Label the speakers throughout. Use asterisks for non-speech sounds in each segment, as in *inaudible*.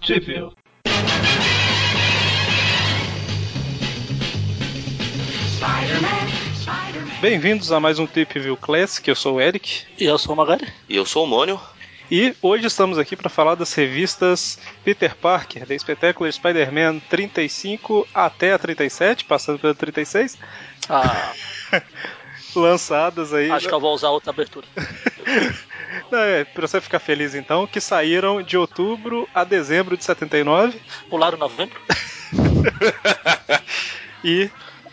Speaker 1: Tipo. Bem-vindos a mais um Tip View Classic, eu sou o Eric.
Speaker 2: E eu sou o Magari.
Speaker 3: E eu sou o Mônio.
Speaker 1: E hoje estamos aqui para falar das revistas Peter Parker, The Spectacular Spider-Man 35 até a 37, passando pela 36,
Speaker 2: Ah,
Speaker 1: lançadas aí.
Speaker 2: acho que eu vou usar outra abertura.
Speaker 1: Não, é, pra você ficar feliz então, que saíram de outubro a dezembro de 79
Speaker 2: Pularam novembro?
Speaker 1: *laughs* e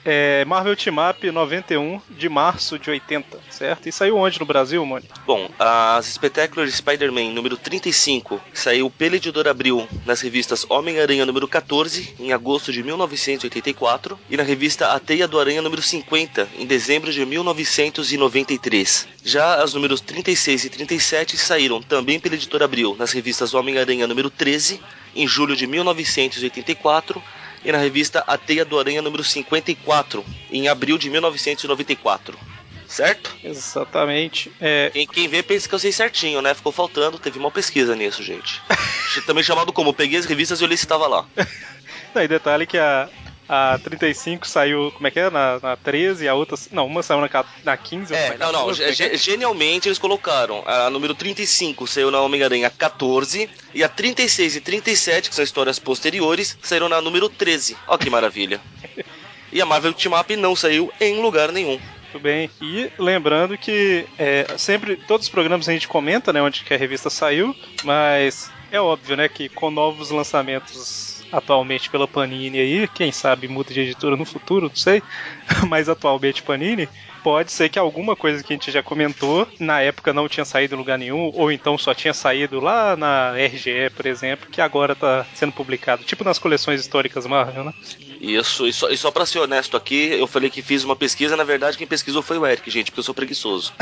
Speaker 1: é, Marvel Team Up 91 de março de 80, certo? E saiu onde no Brasil, Mônica?
Speaker 3: Bom, as Spectacular Spider-Man número 35 saiu pela editora Abril nas revistas Homem-Aranha número 14 em agosto de 1984 e na revista A Teia do Aranha número 50 em dezembro de 1993. Já as números 36 e 37 saíram também pela editora Abril nas revistas Homem-Aranha número 13 em julho de 1984 e na revista A Teia do Aranha número 54 em abril de 1994. Certo?
Speaker 1: Exatamente. É,
Speaker 3: Quem, quem vê pensa que eu sei certinho, né? Ficou faltando, teve uma pesquisa nisso, gente. Também chamado como? Peguei as revistas e olhei se tava lá.
Speaker 1: daí detalhe que a, a 35 saiu, como é que é? Na, na 13, a outra. Não, uma saiu na, ca- na 15. outra
Speaker 3: É,
Speaker 1: na
Speaker 3: não, não.
Speaker 1: 12,
Speaker 3: ge-
Speaker 1: como é que é?
Speaker 3: ge- Genialmente eles colocaram a número 35 saiu na Homem-Aranha 14 e a 36 e 37, que são histórias posteriores, saíram na número 13. Ó que maravilha. E a Marvel Team Up não saiu em lugar nenhum.
Speaker 1: Muito bem. E lembrando que é, sempre, todos os programas a gente comenta, né, onde que a revista saiu, mas é óbvio, né, que com novos lançamentos atualmente pela Panini aí, quem sabe muda de editora no futuro, não sei, *laughs* mas atualmente Panini, pode ser que alguma coisa que a gente já comentou, na época não tinha saído em lugar nenhum, ou então só tinha saído lá na RGE, por exemplo, que agora tá sendo publicado, tipo nas coleções históricas Marvel, né?
Speaker 3: Isso, e só, e só pra ser honesto aqui, eu falei que fiz uma pesquisa, na verdade quem pesquisou foi o Eric, gente, porque eu sou preguiçoso.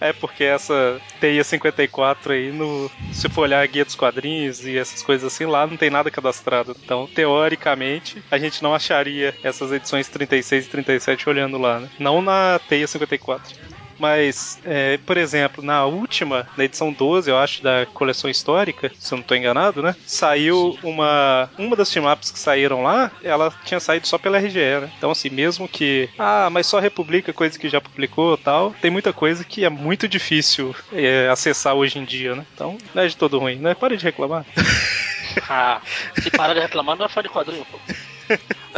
Speaker 1: É porque essa TIA 54 aí, no, se for olhar a guia dos quadrinhos e essas coisas assim, lá não tem nada cadastrado. Então, teoricamente, a gente não acharia essas edições 36 e 37 olhando lá, né? Não na TIA 54. Mas, é, por exemplo, na última, na edição 12, eu acho, da coleção histórica, se eu não estou enganado, né? Saiu uma. Uma das team-ups que saíram lá, ela tinha saído só pela RGE, né? Então, assim, mesmo que. Ah, mas só republica coisa que já publicou tal, tem muita coisa que é muito difícil é, acessar hoje em dia, né? Então, não é de todo ruim, né? Para de reclamar.
Speaker 2: Ah, se parar de reclamar, não é fã de quadrinho. pô.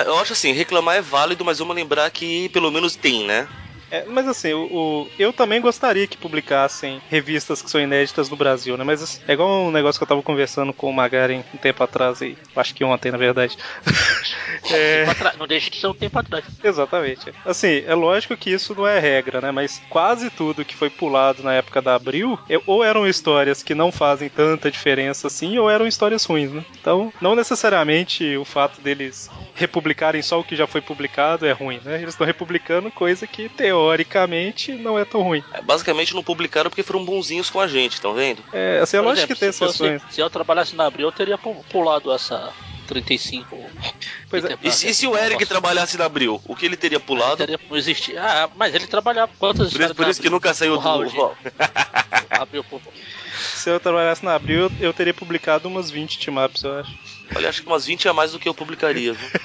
Speaker 3: Eu acho assim, reclamar é válido, mas vamos lembrar que pelo menos tem, né?
Speaker 1: É, mas assim, o, o- eu também gostaria que publicassem revistas que são inéditas no Brasil, né? Mas assim, é igual um negócio que eu tava conversando com o Magaren um tempo atrás aí. Acho que ontem, na verdade. *laughs*
Speaker 2: Tempo atrás- Não deixa de ser um tempo atrás.
Speaker 1: Exatamente. Assim, é lógico que isso não é regra, né? Mas quase tudo que foi pulado na época da Abril, é- ou eram histórias que não fazem tanta diferença assim, ou eram histórias ruins, né? Então, não necessariamente o fato deles republicarem só o que já foi publicado é ruim, né? Eles estão republicando coisa que, teoricamente, não é tão ruim.
Speaker 3: É, Basicamente não publicaram porque foram bonzinhos com a gente, estão vendo?
Speaker 1: É, assim, é
Speaker 2: Por
Speaker 1: lógico
Speaker 2: exemplo,
Speaker 1: que tem
Speaker 2: se fosse-
Speaker 1: exceções.
Speaker 2: Se eu trabalhasse na Abril, eu teria pu- pulado essa 35.
Speaker 1: Pois é.
Speaker 2: Peter
Speaker 3: E, se-
Speaker 2: Parker.
Speaker 3: e se o Eric
Speaker 2: Nossa,
Speaker 3: trabalhasse na Abril, o que ele teria
Speaker 2: ele
Speaker 3: pulado?
Speaker 2: teria- Não existia. Ah, mas ele trabalhava. Quantas
Speaker 3: Por isso, por isso que nunca saiu
Speaker 2: o
Speaker 3: do.
Speaker 2: Howard.
Speaker 3: Ó,
Speaker 2: Abriu, pô.
Speaker 1: Se eu trabalhasse na Abril, eu, eu teria publicado umas 20 team-ups, eu acho. *laughs*
Speaker 3: Olha, acho que umas 20 a mais do que eu publicaria. viu?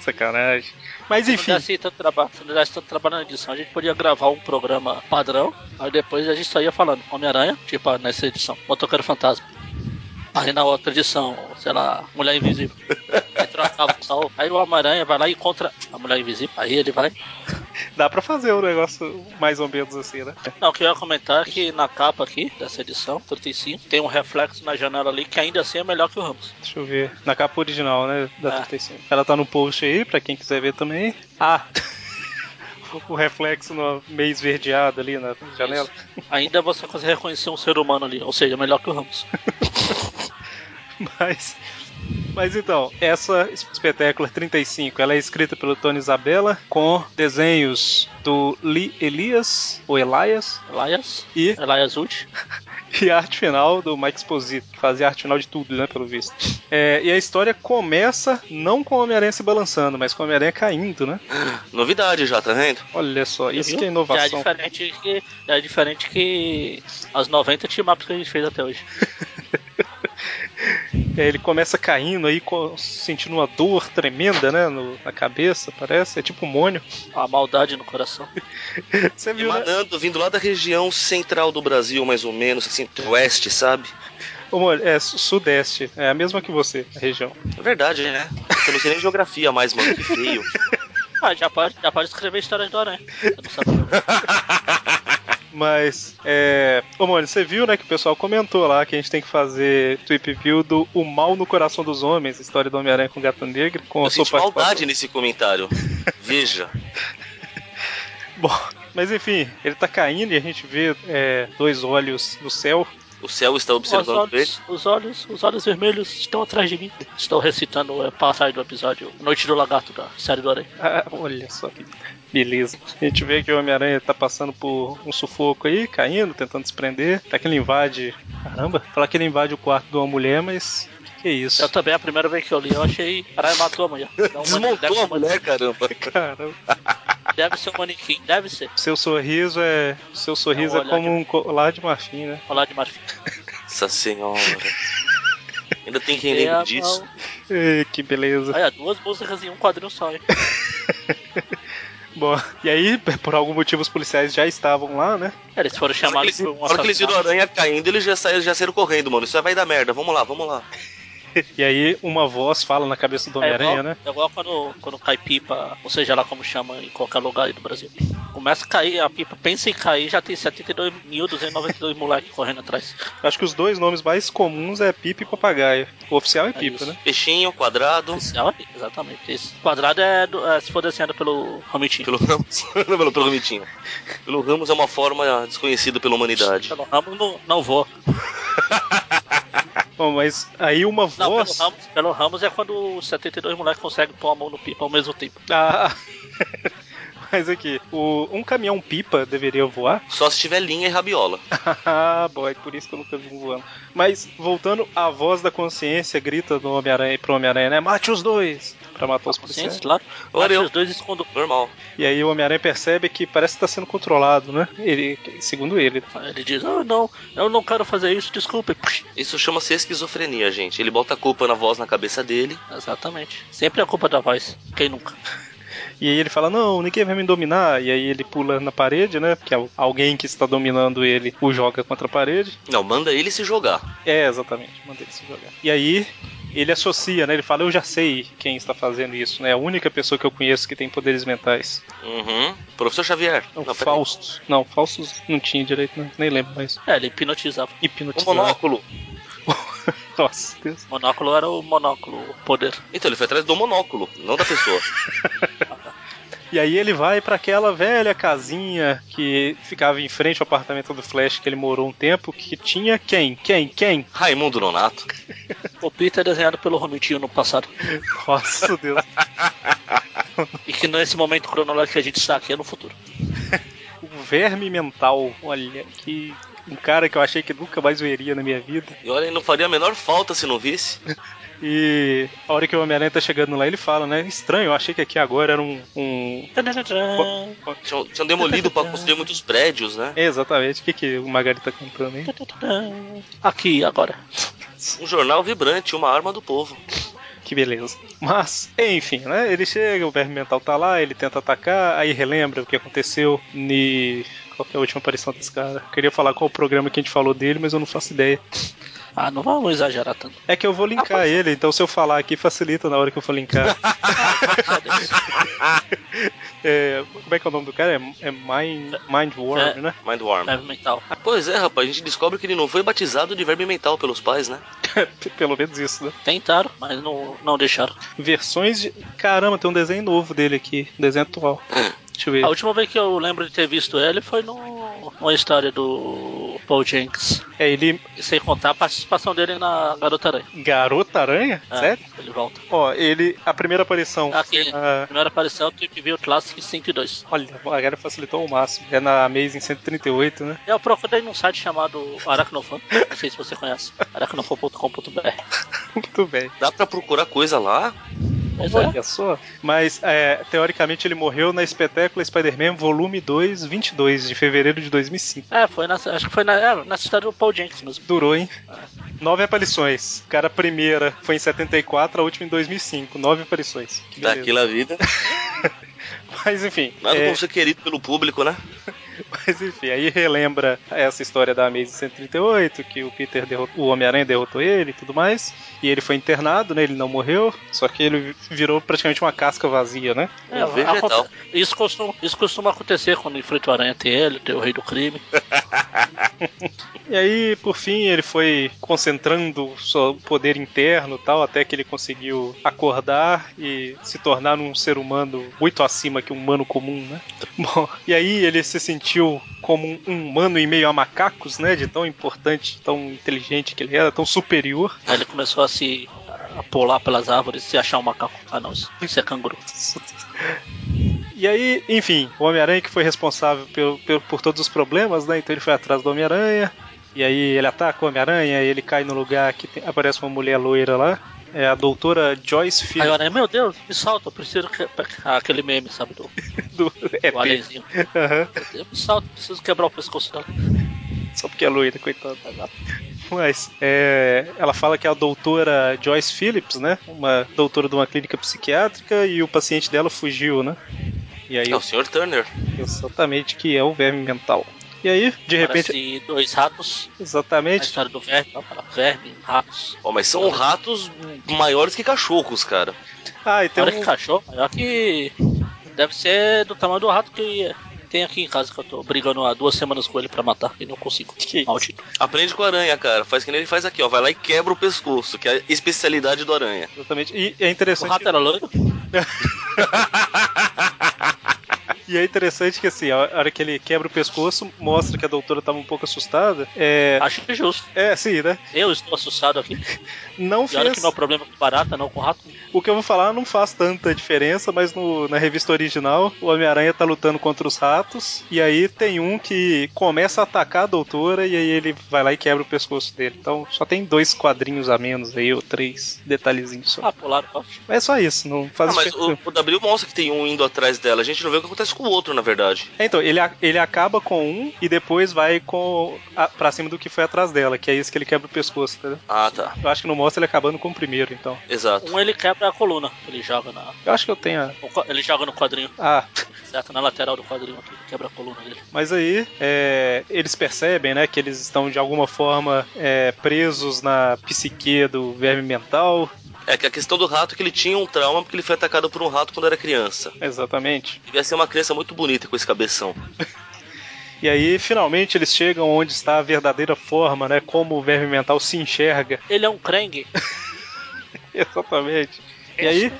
Speaker 1: Sacanagem. Mas
Speaker 2: Se
Speaker 1: enfim,
Speaker 2: não desse tanto trabalho, se não desse tanto trabalho na edição, a gente podia gravar um programa padrão, aí depois a gente só ia falando Homem-Aranha, tipo ah, nessa edição, Motoqueiro Fantasma. Aí na outra edição, sei lá, Mulher Invisível. Aí trocava o sol. Aí o Homem-Aranha vai lá e encontra a Mulher Invisível. Aí ele vai.
Speaker 1: dá pra fazer um negócio mais ou menos assim, né?
Speaker 2: Não, o que eu ia comentar é que na capa aqui, dessa edição, 35, tem um reflexo na janela ali que ainda assim é melhor que o Ramos.
Speaker 1: Deixa eu ver. Na capa original, né? Da
Speaker 2: Ah.
Speaker 1: 35. Ela tá no post aí, pra quem quiser ver também. Ah! *laughs* o reflexo no meio esverdeado ali na janela.
Speaker 2: Ainda você consegue reconhecer um ser humano ali, ou seja, melhor que o Ramos.
Speaker 1: *laughs* Mas. Mas então, essa espetáculo 35, ela é escrita pelo Tony Isabella com desenhos do Lee Elias, ou Elias, *laughs*
Speaker 2: Elias,
Speaker 1: e
Speaker 2: Elias Wood.
Speaker 1: E a arte final do Mike Exposito, que fazia arte final de tudo, né, pelo visto. É, e a história começa não com o Homem-Aranha se balançando, mas com o Homem-Aranha caindo, né?
Speaker 3: Novidade já, tá vendo?
Speaker 1: Olha só, isso
Speaker 2: Viu?
Speaker 1: que é
Speaker 2: Já
Speaker 1: inovação.
Speaker 2: é diferente que, já é diferente que as 90 team-ups que a gente fez até hoje.
Speaker 1: Ele começa caindo aí, co- sentindo uma dor tremenda, né? no- na cabeça, parece. É tipo um mônio. *laughs*
Speaker 2: A maldade no coração. *laughs*
Speaker 1: Você viu, né?
Speaker 3: Emanando, vindo lá da região central do Brasil, mais ou menos, assim, oeste, sabe?
Speaker 1: Ô, Mônio, é su- sudeste. É a mesma que você, a região.
Speaker 3: É verdade, né? Eu não sei nem geografia mais, mano, que feio.
Speaker 2: Ah, já pode, já pode escrever histórias do Aranha. Você não
Speaker 3: *laughs*
Speaker 2: sabe.
Speaker 1: Mas, é. Ô, Mônio, você viu, né, que o pessoal comentou lá que a gente tem que fazer tweet view do O Mal no Coração dos Homens, história do Homem-Aranha com Gata Negra, com
Speaker 3: Eu
Speaker 1: a sua
Speaker 3: senti
Speaker 1: participação.
Speaker 3: maldade nesse comentário. Veja.
Speaker 1: Bom, mas enfim, ele tá caindo e a gente vê é, dois olhos no céu.
Speaker 3: O céu está
Speaker 2: os,
Speaker 3: observando ele.
Speaker 2: olhos, os olhos, os olhos vermelhos estão atrás de mim. Estou recitando a passagem do episódio Noite do Lagarto da série do Aranha.
Speaker 1: Ah, olha só que beleza. A gente vê que o Homem-Aranha tá passando por um sufoco aí, caindo, tentando se prender. Tá que ele invade. Caramba, falar que ele invade o quarto de uma mulher, mas. Que que é isso?
Speaker 2: Eu também, a primeira vez que eu li, eu achei. Aranha matou a mulher. Então, deve
Speaker 3: Desmontou
Speaker 2: ser
Speaker 3: a
Speaker 2: um mane-
Speaker 3: mulher, caramba.
Speaker 1: Caramba.
Speaker 2: Deve ser um manequim, deve ser.
Speaker 1: Seu sorriso é. Seu sorriso
Speaker 2: É
Speaker 1: é
Speaker 2: um olhar
Speaker 1: como um colar de marfim, né?
Speaker 2: Olá de marfim.
Speaker 3: Nossa senhora. Ainda tem quem
Speaker 2: É,
Speaker 3: lembre disso.
Speaker 1: Ê, que beleza.
Speaker 2: Olha, duas músicas em um quadrinho só, hein?
Speaker 1: Bom, e aí, por algum motivo, os policiais já estavam lá, né? *laughs*
Speaker 2: Eles foram
Speaker 3: Na hora que
Speaker 2: chamados
Speaker 3: eles-
Speaker 2: por um
Speaker 3: na hora que eles viram a
Speaker 2: assassinato.
Speaker 3: aranha caindo, eles já saíram, já saíram correndo, mano. Isso aí vai dar merda. Vamos lá, vamos lá.
Speaker 1: E aí, uma voz fala na cabeça do
Speaker 2: É
Speaker 1: Homem-Aranha,
Speaker 2: igual,
Speaker 1: né?
Speaker 2: é igual quando, quando cai pipa, ou seja lá como chama em qualquer lugar aí do Brasil. Começa a cair, a pipa pensa em cair, já tem 72.292 moleques correndo atrás.
Speaker 1: Acho que os dois nomes mais comuns é Pipa e Papagaio. O oficial é Pipa,
Speaker 2: isso.
Speaker 1: né?
Speaker 3: Peixinho, quadrado.
Speaker 2: Oficial aí, exatamente. Esse quadrado é, do- é, se for desenhado pelo Ramitinho.
Speaker 3: Pelo Ramos. *laughs* Não, pelo, pelo Mitinho. Pelo Ramos é uma forma desconhecida pela humanidade.
Speaker 2: Pelo Ramo não, não vou.
Speaker 1: Bom, mas aí uma
Speaker 2: Não, pelo
Speaker 1: voz.
Speaker 2: Ramos, pelo Ramos é quando os 72 moleques conseguem pôr a mão no pipa ao mesmo tempo.
Speaker 1: Ah. *laughs* Mas aqui, o, um caminhão pipa deveria voar? *laughs*
Speaker 3: Só se tiver linha e rabiola.
Speaker 1: Ah, boy, por isso que eu nunca vi um voando. Mas, voltando, a voz da consciência grita do Homem-Aranha pro Homem-Aranha, né? Mate os dois! Pra matar os policiais.
Speaker 2: Consciência, claro.
Speaker 3: Olha
Speaker 2: Mas
Speaker 3: eu.
Speaker 2: os dois escondem.
Speaker 3: Normal.
Speaker 1: E aí o Homem-Aranha percebe que parece que tá sendo controlado, né? Ele, segundo ele.
Speaker 2: Ele diz: "Ah, não, eu não quero fazer isso, desculpe. Puxa,
Speaker 3: Isso chama-se esquizofrenia, gente. Ele bota a culpa na voz na cabeça dele.
Speaker 2: Exatamente. Sempre é culpa da voz. Quem nunca?
Speaker 1: E aí ele fala, não, ninguém vai me dominar. E aí ele pula na parede, né? Porque al- alguém que está dominando ele o joga contra a parede.
Speaker 3: Não, manda ele se jogar.
Speaker 1: É, exatamente, manda ele se jogar. E aí ele associa, né? Ele fala, eu já sei quem está fazendo isso, né? A única pessoa que eu conheço que tem poderes mentais.
Speaker 3: Uhum. Professor Xavier.
Speaker 1: É o
Speaker 3: Não, peraí.
Speaker 1: Faustus. Não, Faustus não tinha direito, né? Nem lembro mais.
Speaker 2: É, ele hipnotizava.
Speaker 3: Um
Speaker 1: Hipnotizado.
Speaker 3: monóculo.
Speaker 1: Nossa, Deus.
Speaker 2: Monóculo era o monóculo, o poder.
Speaker 3: Então ele foi atrás do monóculo, não da pessoa. *laughs*
Speaker 1: E aí ele vai pra aquela velha casinha que ficava em frente ao apartamento do Flash que ele morou um tempo, que tinha quem? Quem? Quem? *laughs*
Speaker 3: Raimundo Nonato.
Speaker 2: O Peter é desenhado pelo Romitinho no passado.
Speaker 1: Nossa, Deus.
Speaker 2: E que nesse momento cronológico que a gente está aqui é no futuro.
Speaker 1: O Um verme mental. Olha, que. Um cara que eu achei que nunca mais veria na minha vida.
Speaker 3: E olha, ele não faria a menor falta se não visse.
Speaker 1: E a hora que o Homem-Aranha tá chegando lá, ele fala, né? Estranho, eu achei que aqui agora era um. um...
Speaker 2: Tadadadã.
Speaker 3: Tinham, tinham demolido pra construir muitos prédios, né?
Speaker 1: É, exatamente, o que, que o Magari tá cantando aí?
Speaker 2: Tadadadã. Aqui, agora.
Speaker 3: Um jornal vibrante, uma arma do povo.
Speaker 1: Que beleza. Mas, enfim, né? Ele chega, o verme mental tá lá, ele tenta atacar, aí relembra o que aconteceu e. Qual que é a última aparição desse cara? Eu queria falar qual o programa que a gente falou dele, mas eu não faço ideia.
Speaker 2: Ah, não vamos exagerar tanto.
Speaker 1: É que eu vou linkar ele, então se eu falar aqui facilita na hora que eu for linkar. É, como é que é o nome do cara? É, é Mind, Mind Worm,
Speaker 2: É.
Speaker 1: né? *laughs*
Speaker 3: Mindworm.
Speaker 2: Leve mental.
Speaker 3: Pois é, rapaz, a gente descobre que ele não foi batizado de verme mental pelos pais,
Speaker 1: *laughs*
Speaker 3: né?
Speaker 1: P- Pelo menos isso, né?
Speaker 2: Tentaram, mas não, não deixaram.
Speaker 1: Versões de. Caramba, tem um desenho novo dele aqui, desenho atual. Deixa eu ver.
Speaker 2: A última vez que eu lembro de ter visto ele foi no- numa história do Paul Jenkins.
Speaker 1: É ele.
Speaker 2: Sem contar a participação dele na Garota Aranha.
Speaker 1: Garota Aranha?
Speaker 2: Ah,
Speaker 1: Sério?
Speaker 2: Ele volta.
Speaker 1: Ó, ele. A primeira aparição.
Speaker 2: Aqui,
Speaker 1: Ah,
Speaker 2: primeira aparição, Tweep View Classic 102.
Speaker 1: Olha, agora facilitou ao máximo. É na Amazing 138, né? *laughs*
Speaker 2: Eu procurei num um site chamado Aracnofan, não sei se *laughs* você conhece, aracnofan.com.br.
Speaker 1: Muito bem.
Speaker 3: Dá pra procurar coisa lá?
Speaker 2: Pois é.
Speaker 1: Olha só. Mas, é, teoricamente, ele morreu na espetácula Spider-Man Volume 2, 22 de fevereiro de 2005.
Speaker 2: É, foi nessa, acho que foi na, é, nessa história do Paul Jenkins mesmo.
Speaker 1: Durou, hein? Nove aparições. Cara, a primeira foi em 74, a última em 2005. Nove aparições. Que beleza.
Speaker 3: Daquela vida.
Speaker 1: Mas, enfim.
Speaker 3: Nada
Speaker 1: é,
Speaker 3: como ser querido pelo público, né?
Speaker 1: Mas enfim, aí relembra essa história da Amazing 138, que o Peter derrotou, o Homem-Aranha derrotou ele e tudo mais. E ele foi internado, né? Ele não morreu, só que ele virou praticamente uma casca vazia, né?
Speaker 2: É,
Speaker 3: Um vegetal.
Speaker 2: aconte- isso, costuma, isso costuma acontecer quando enfrenta o Aranha, tem ele, tem o Rei do Crime.
Speaker 1: E aí, por fim, ele foi concentrando seu poder interno e tal, até que ele conseguiu acordar e se tornar um ser humano muito acima que um humano comum, né? *laughs* Bom, e aí ele se sentiu como um humano em meio a macacos, né? De tão importante, tão inteligente que ele era, tão superior.
Speaker 2: Aí ele começou a se a pular pelas árvores e achar um macaco. Ah, não, isso, isso é canguru.
Speaker 1: E aí, enfim, o Homem-Aranha que foi responsável pelo, pelo- por todos os problemas, né? Então ele foi atrás do Homem-Aranha. E aí ele ataca o Homem-Aranha e ele cai no lugar que tem- aparece uma mulher loira lá. É a doutora Joyce
Speaker 2: Aí o
Speaker 1: Field
Speaker 2: Aranha, meu Deus, me salta, eu preciso que... ah, aquele meme, sabe, do, do
Speaker 1: do
Speaker 2: É,
Speaker 1: EP.
Speaker 2: alienzinho.
Speaker 1: Aham,
Speaker 2: Meu Deus, me salta, preciso quebrar o pescoço dela.
Speaker 1: *laughs* Só porque é loira, coitada. Mas é, ela fala que é a doutora Joyce Phillips, né? Uma doutora de uma clínica psiquiátrica e o paciente dela fugiu, né? E aí,
Speaker 3: É o Sr. Turner.
Speaker 1: exatamente que é um verme mental. E aí, de repente,
Speaker 2: Parece dois ratos,
Speaker 1: exatamente.
Speaker 2: a história do verme, tá? Fala, verme, ratos.
Speaker 3: Ó, mas são ratos maiores que cachorros, cara.
Speaker 1: Ah, e tem
Speaker 2: Olha que
Speaker 1: um,
Speaker 2: cachorro, maior que. Deve ser do tamanho do rato que tem aqui em casa, que eu tô brigando há duas semanas com ele pra matar e não consigo.
Speaker 1: Que isso? É
Speaker 2: Maldito.
Speaker 3: Aprende com a aranha, cara. Faz que nem ele faz aqui, ó. Vai lá e quebra o pescoço, que é a especialidade do aranha.
Speaker 1: Exatamente. E é
Speaker 2: O
Speaker 1: interessante.
Speaker 2: rato era loiro?
Speaker 1: E é interessante que assim, a hora que ele quebra o pescoço, mostra que a doutora tava um pouco assustada. É.
Speaker 2: Acho que justo.
Speaker 1: É, sim, né?
Speaker 2: Eu estou assustado aqui.
Speaker 1: Não
Speaker 2: E olha
Speaker 1: fez.
Speaker 2: que não é problema com barata, não com rato.
Speaker 1: O que eu vou falar não faz tanta diferença, mas no- na revista original, o Homem-Aranha tá lutando contra os ratos. E aí tem um que começa a atacar a doutora e aí ele vai lá e quebra o pescoço dele. Então só tem dois quadrinhos a menos aí, ou três detalhezinhos só.
Speaker 2: Ah, pularam forte.
Speaker 1: Mas É só isso, não faz
Speaker 3: Ah, mas
Speaker 1: diferença.
Speaker 3: o, o W mostra que tem um indo atrás dela. A gente não vê o que acontece com o outro, na verdade.
Speaker 1: É, Então, ele, a- ele acaba com um e depois vai com a, pra cima do que foi atrás dela, que é isso que ele quebra o pescoço, entendeu?
Speaker 3: Ah, tá.
Speaker 1: Eu acho que não mostra ele acabando com o primeiro, então.
Speaker 3: Exato.
Speaker 2: Um ele quebra a coluna. Ele joga na.
Speaker 1: Eu acho que eu tenho a.
Speaker 2: o co- Ele joga no quadrinho,
Speaker 1: Ah,
Speaker 2: certo? Na lateral do quadrinho aqui, ele quebra a coluna dele.
Speaker 1: *laughs* mas aí é, eles percebem, né, que eles estão de alguma forma é, presos na psique do verme mental.
Speaker 3: É que a questão do rato é que ele tinha um trauma porque ele foi atacado por um rato quando era criança.
Speaker 1: Exatamente.
Speaker 3: Devia ser uma criança muito bonita com esse cabeção.
Speaker 1: E aí, finalmente, eles chegam onde está a verdadeira forma, né? Como o verme mental se enxerga.
Speaker 2: Ele é um crengue.
Speaker 1: *laughs* Exatamente. E aí,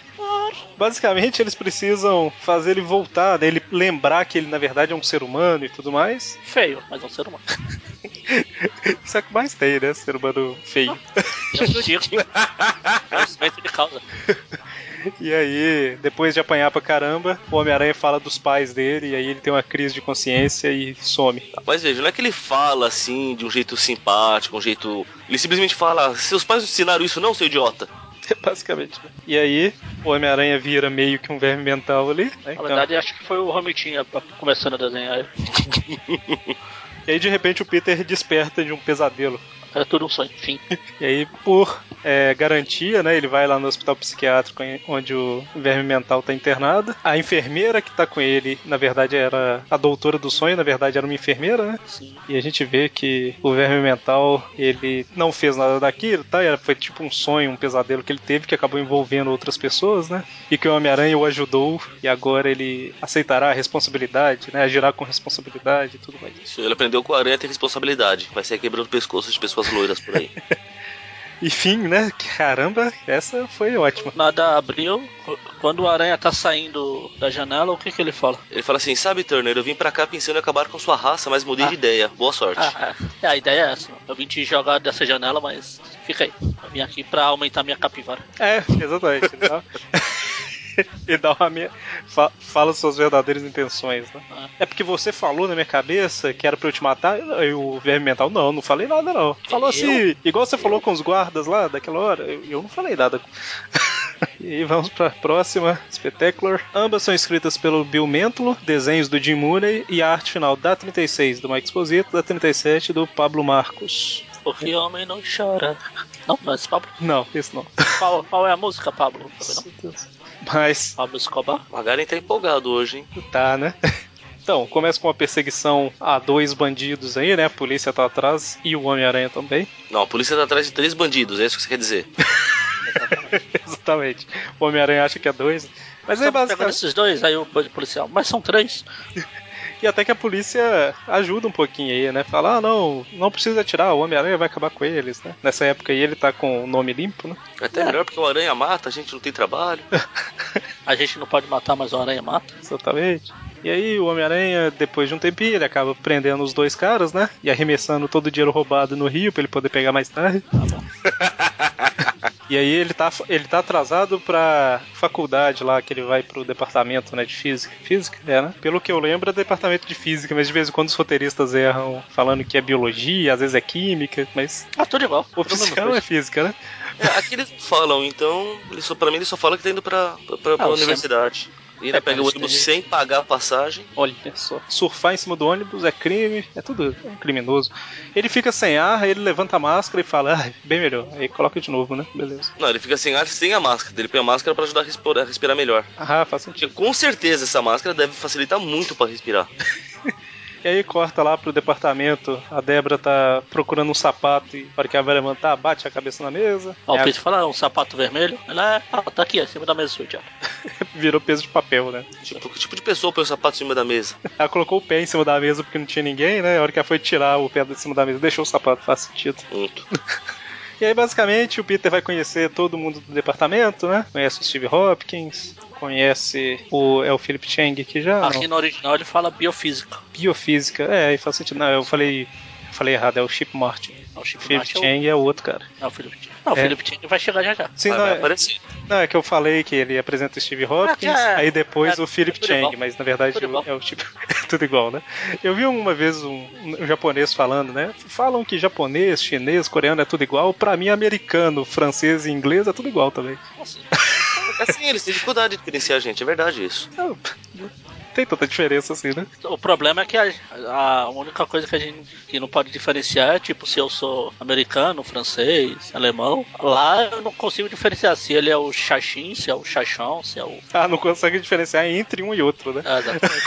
Speaker 1: basicamente, eles precisam fazer ele voltar, né? ele lembrar que ele, na verdade, é um ser humano e tudo mais.
Speaker 2: Feio, mas é um
Speaker 1: *laughs*
Speaker 2: ser humano.
Speaker 1: Isso é o que mais tem, né? Ser humano feio.
Speaker 2: É um tico. É o sentimento de causa.
Speaker 1: E aí, depois de apanhar pra caramba, o Homem-Aranha fala dos pais dele, e aí ele tem uma crise de consciência e some. *laughs*
Speaker 3: Mas veja, não é que ele fala assim, de um jeito simpático, um jeito. Ele simplesmente fala: seus pais não ensinaram isso, não, seu idiota.
Speaker 1: Basicamente. né? E aí, o Homem-Aranha vira meio que um verme mental ali. Né?
Speaker 2: Na verdade, acho que foi o Romitinha começando a desenhar.
Speaker 1: E aí, de repente, o Peter desperta de um pesadelo.
Speaker 2: Era tudo um sonho.
Speaker 1: *laughs*
Speaker 2: Enfim.
Speaker 1: E aí, por é, garantia, né, ele vai lá no hospital psiquiátrico em- onde o verme mental tá internado. A enfermeira que tá com ele, na verdade, era a doutora do sonho, na verdade, era uma enfermeira, né?
Speaker 2: Sim.
Speaker 1: E a gente vê que o verme mental, ele não fez nada daquilo, tá? Era, foi tipo um sonho, um pesadelo que ele teve que acabou envolvendo outras pessoas, né? E que o Homem-Aranha o ajudou e agora ele aceitará a responsabilidade, né? Agirá com responsabilidade e tudo mais.
Speaker 3: Isso, ele aprendeu com a aranha a ter responsabilidade. Vai sair quebrando pescoços de pessoas loiras por aí.
Speaker 1: Enfim, né? Caramba, essa foi ótima.
Speaker 2: Nada abriu. Qu- Quando o aranha tá saindo da janela, o que que ele fala?
Speaker 3: Ele fala assim: sabe, Turner, eu vim pra cá pensando em acabar com sua raça, mas mudei de ideia. Boa sorte.
Speaker 2: Ah, é, a ideia é essa. Eu vim te jogar dessa janela, mas fica aí. Eu vim aqui pra aumentar minha capivara.
Speaker 1: É, exatamente. Ele dá, *laughs* ele dá uma minha... fa- fala suas verdadeiras intenções, né?
Speaker 2: Ah.
Speaker 1: É porque você falou na minha cabeça que era pra eu te matar, e o verme mental, não, não falei nada não. Falou
Speaker 2: Eu?
Speaker 1: assim, igual você falou com os guardas lá daquela hora, eu, eu não falei nada. *laughs* E vamos para a próxima, Spectacular. Ambas são escritas pelo Bill Mentulo, desenhos do Jim Mooney e a arte final da 36 do Mike Exposito, da 37 do Pablo Marcos.
Speaker 2: Porque homem não chora. Não, não é esse Pablo.
Speaker 1: Não, isso não.
Speaker 2: Qual, qual é a música, Pablo? Também não.
Speaker 1: *laughs* Mas
Speaker 2: Pablo Escobar.
Speaker 3: Magaren tá empolgado hoje, hein?
Speaker 1: Tá, né? *laughs* Então, começa com uma perseguição a dois bandidos aí, né? A polícia tá atrás e o Homem-Aranha também. *laughs*
Speaker 3: Não, a polícia tá atrás de três bandidos, é isso que você quer dizer.
Speaker 1: Exatamente. O Homem-Aranha acha que é dois. Mas é
Speaker 2: Estamos pegando
Speaker 1: basicamente.
Speaker 2: esses dois, aí o policial. Mas são três.
Speaker 1: E até que a polícia ajuda um pouquinho aí, né? Fala, ah, não, não precisa atirar, o Homem-Aranha vai acabar com eles, né? Nessa época aí ele tá com o nome limpo, né?
Speaker 3: É até melhor porque o Aranha mata, a gente não tem trabalho.
Speaker 2: A gente não pode matar, mas o aranha mata.
Speaker 1: Exatamente. E aí o Homem-Aranha, depois de um tempinho, ele acaba prendendo os dois caras, né? E arremessando todo o dinheiro roubado no rio pra ele poder pegar mais tarde. *laughs* e aí ele tá, ele tá atrasado pra faculdade lá, que ele vai pro departamento, né, de física. Física? É, né? Pelo que eu lembro, é departamento de física, mas de vez em quando os roteiristas erram falando que é biologia, às vezes é química, mas
Speaker 2: Ah, tudo igual.
Speaker 1: o oficial é física, né?
Speaker 3: É, aqui eles não falam, então, ele só, pra mim ele só fala que tá indo pra, pra, pra- pra
Speaker 2: Ah, o
Speaker 3: universidade. E ainda
Speaker 2: É,
Speaker 3: pega o
Speaker 2: mas tem
Speaker 3: ônibus
Speaker 2: gente-
Speaker 3: sem pagar a passagem.
Speaker 1: Olha só. Surfar em cima do ônibus é crime, é tudo é um criminoso. Ele fica sem ar, ele levanta a máscara e fala, ah, bem melhor. Aí coloca de novo, né? Beleza.
Speaker 3: Não, ele fica sem ar sem a máscara. Ele põe a máscara pra ajudar a respirar, a respirar melhor.
Speaker 1: Ah, faz sentido.
Speaker 3: Porque com certeza essa máscara deve facilitar muito pra respirar.
Speaker 1: E aí corta lá pro departamento, a Débora tá procurando um sapato e para que a vai levantar, bate a cabeça na mesa.
Speaker 2: Ó,
Speaker 1: É,
Speaker 2: o Peter fala, ah, um sapato vermelho. Ela é, ah, tá aqui, em cima da mesa sua, idiota.
Speaker 1: *laughs* virou peso de papel, né? *laughs*
Speaker 3: Tipo, que tipo de pessoa põe o sapato em cima da mesa?
Speaker 1: Ela colocou o pé em cima da mesa porque não tinha ninguém, né? A hora que ela foi tirar o pé de cima da mesa, deixou o sapato, faz sentido.
Speaker 3: Muito.
Speaker 1: E aí, basicamente, o Peter vai conhecer todo mundo do departamento, né? Conhece o Steve Hopkins, conhece o. É o Philip Chang aqui já?
Speaker 2: aqui
Speaker 1: não?
Speaker 2: no original ele fala biofísica.
Speaker 1: Biofísica. É, aí faz sentido. Não, eu falei. Falei errado, é o Chip Martin.
Speaker 2: Não, o
Speaker 1: O
Speaker 2: Chip
Speaker 1: Philip
Speaker 2: Martin é o-
Speaker 1: Chang é o outro cara.
Speaker 2: Não, o Philip Chang. Não, o
Speaker 1: É.
Speaker 2: Philip Chang vai chegar já já.
Speaker 1: Sim,
Speaker 3: Ah,
Speaker 1: não,
Speaker 3: vai
Speaker 1: é,
Speaker 3: aparecer.
Speaker 1: não, é que eu falei que ele apresenta o Steve Hopkins,
Speaker 2: Ah, é.
Speaker 1: aí depois
Speaker 2: É,
Speaker 1: o Philip
Speaker 2: tudo
Speaker 1: Chang,
Speaker 2: igual.
Speaker 1: mas na verdade
Speaker 2: Tudo igual.
Speaker 1: é o Chip. *laughs* tudo igual, né? Eu vi uma vez um, um japonês falando, né? Falam que japonês, chinês, coreano é tudo igual. Pra mim, americano, francês e inglês é tudo igual também.
Speaker 2: Nossa,
Speaker 3: Assim, eles têm dificuldade de diferenciar a gente, é verdade isso.
Speaker 1: Então, *laughs* Não, tem tanta diferença assim, né?
Speaker 2: O problema é que a, a única coisa que a gente que não pode diferenciar é tipo se eu sou americano, francês, alemão. Lá eu não consigo diferenciar se ele é o Xaxim, se é o Xaxão, se é o.
Speaker 1: Ah, não consegue diferenciar entre um e outro, né?
Speaker 2: Ah, exatamente.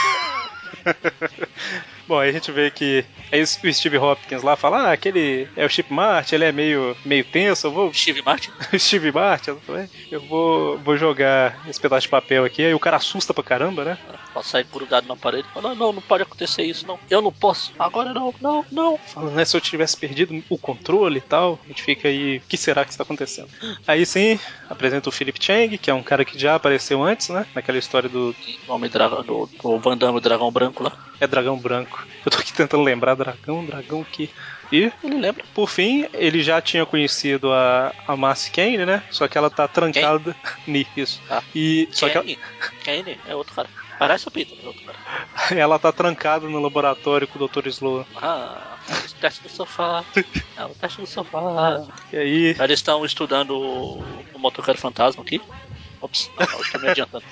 Speaker 1: Bom, aí a gente vê que é isso que o Steve Hopkins lá fala, ah, aquele é o Chip Martin, ele é meio, meio tenso, eu vou... *laughs*
Speaker 2: Steve Martin.
Speaker 1: Steve Martin, exatamente. eu vou, vou jogar esse pedaço de papel aqui, aí o cara assusta pra caramba, né?
Speaker 2: Pode sair grudado na parede. Fala, não, não pode acontecer isso, não. Eu não posso. Agora não, não, não.
Speaker 1: Falando, né, se eu tivesse perdido o controle e tal, a gente fica aí, o que será que está acontecendo? Aí sim, apresenta o Philip Chang, que é um cara que já apareceu antes, né? Naquela história do
Speaker 2: O homem dragão, do, do Van Damme, o dragão branco lá.
Speaker 1: É Dragão Branco. Eu tô aqui tentando lembrar dragão, dragão que... E
Speaker 2: Ele lembra.
Speaker 1: Por fim, ele já tinha conhecido a, a Marcy Kane, né? Só que ela tá trancada. *laughs* Ni, isso.
Speaker 2: Ah.
Speaker 1: E, só que ela,
Speaker 2: Kane. Kane é outro cara. Parece o Peter, é outro cara.
Speaker 1: ela *laughs* tá trancada no laboratório com o Dr. Sloan.
Speaker 2: Ah, o teste do sofá. É o teste do sofá.
Speaker 1: E aí. *laughs*
Speaker 2: Eles estão estudando o, o motoqueiro fantasma aqui. Ops, não, não, estou me adiantando.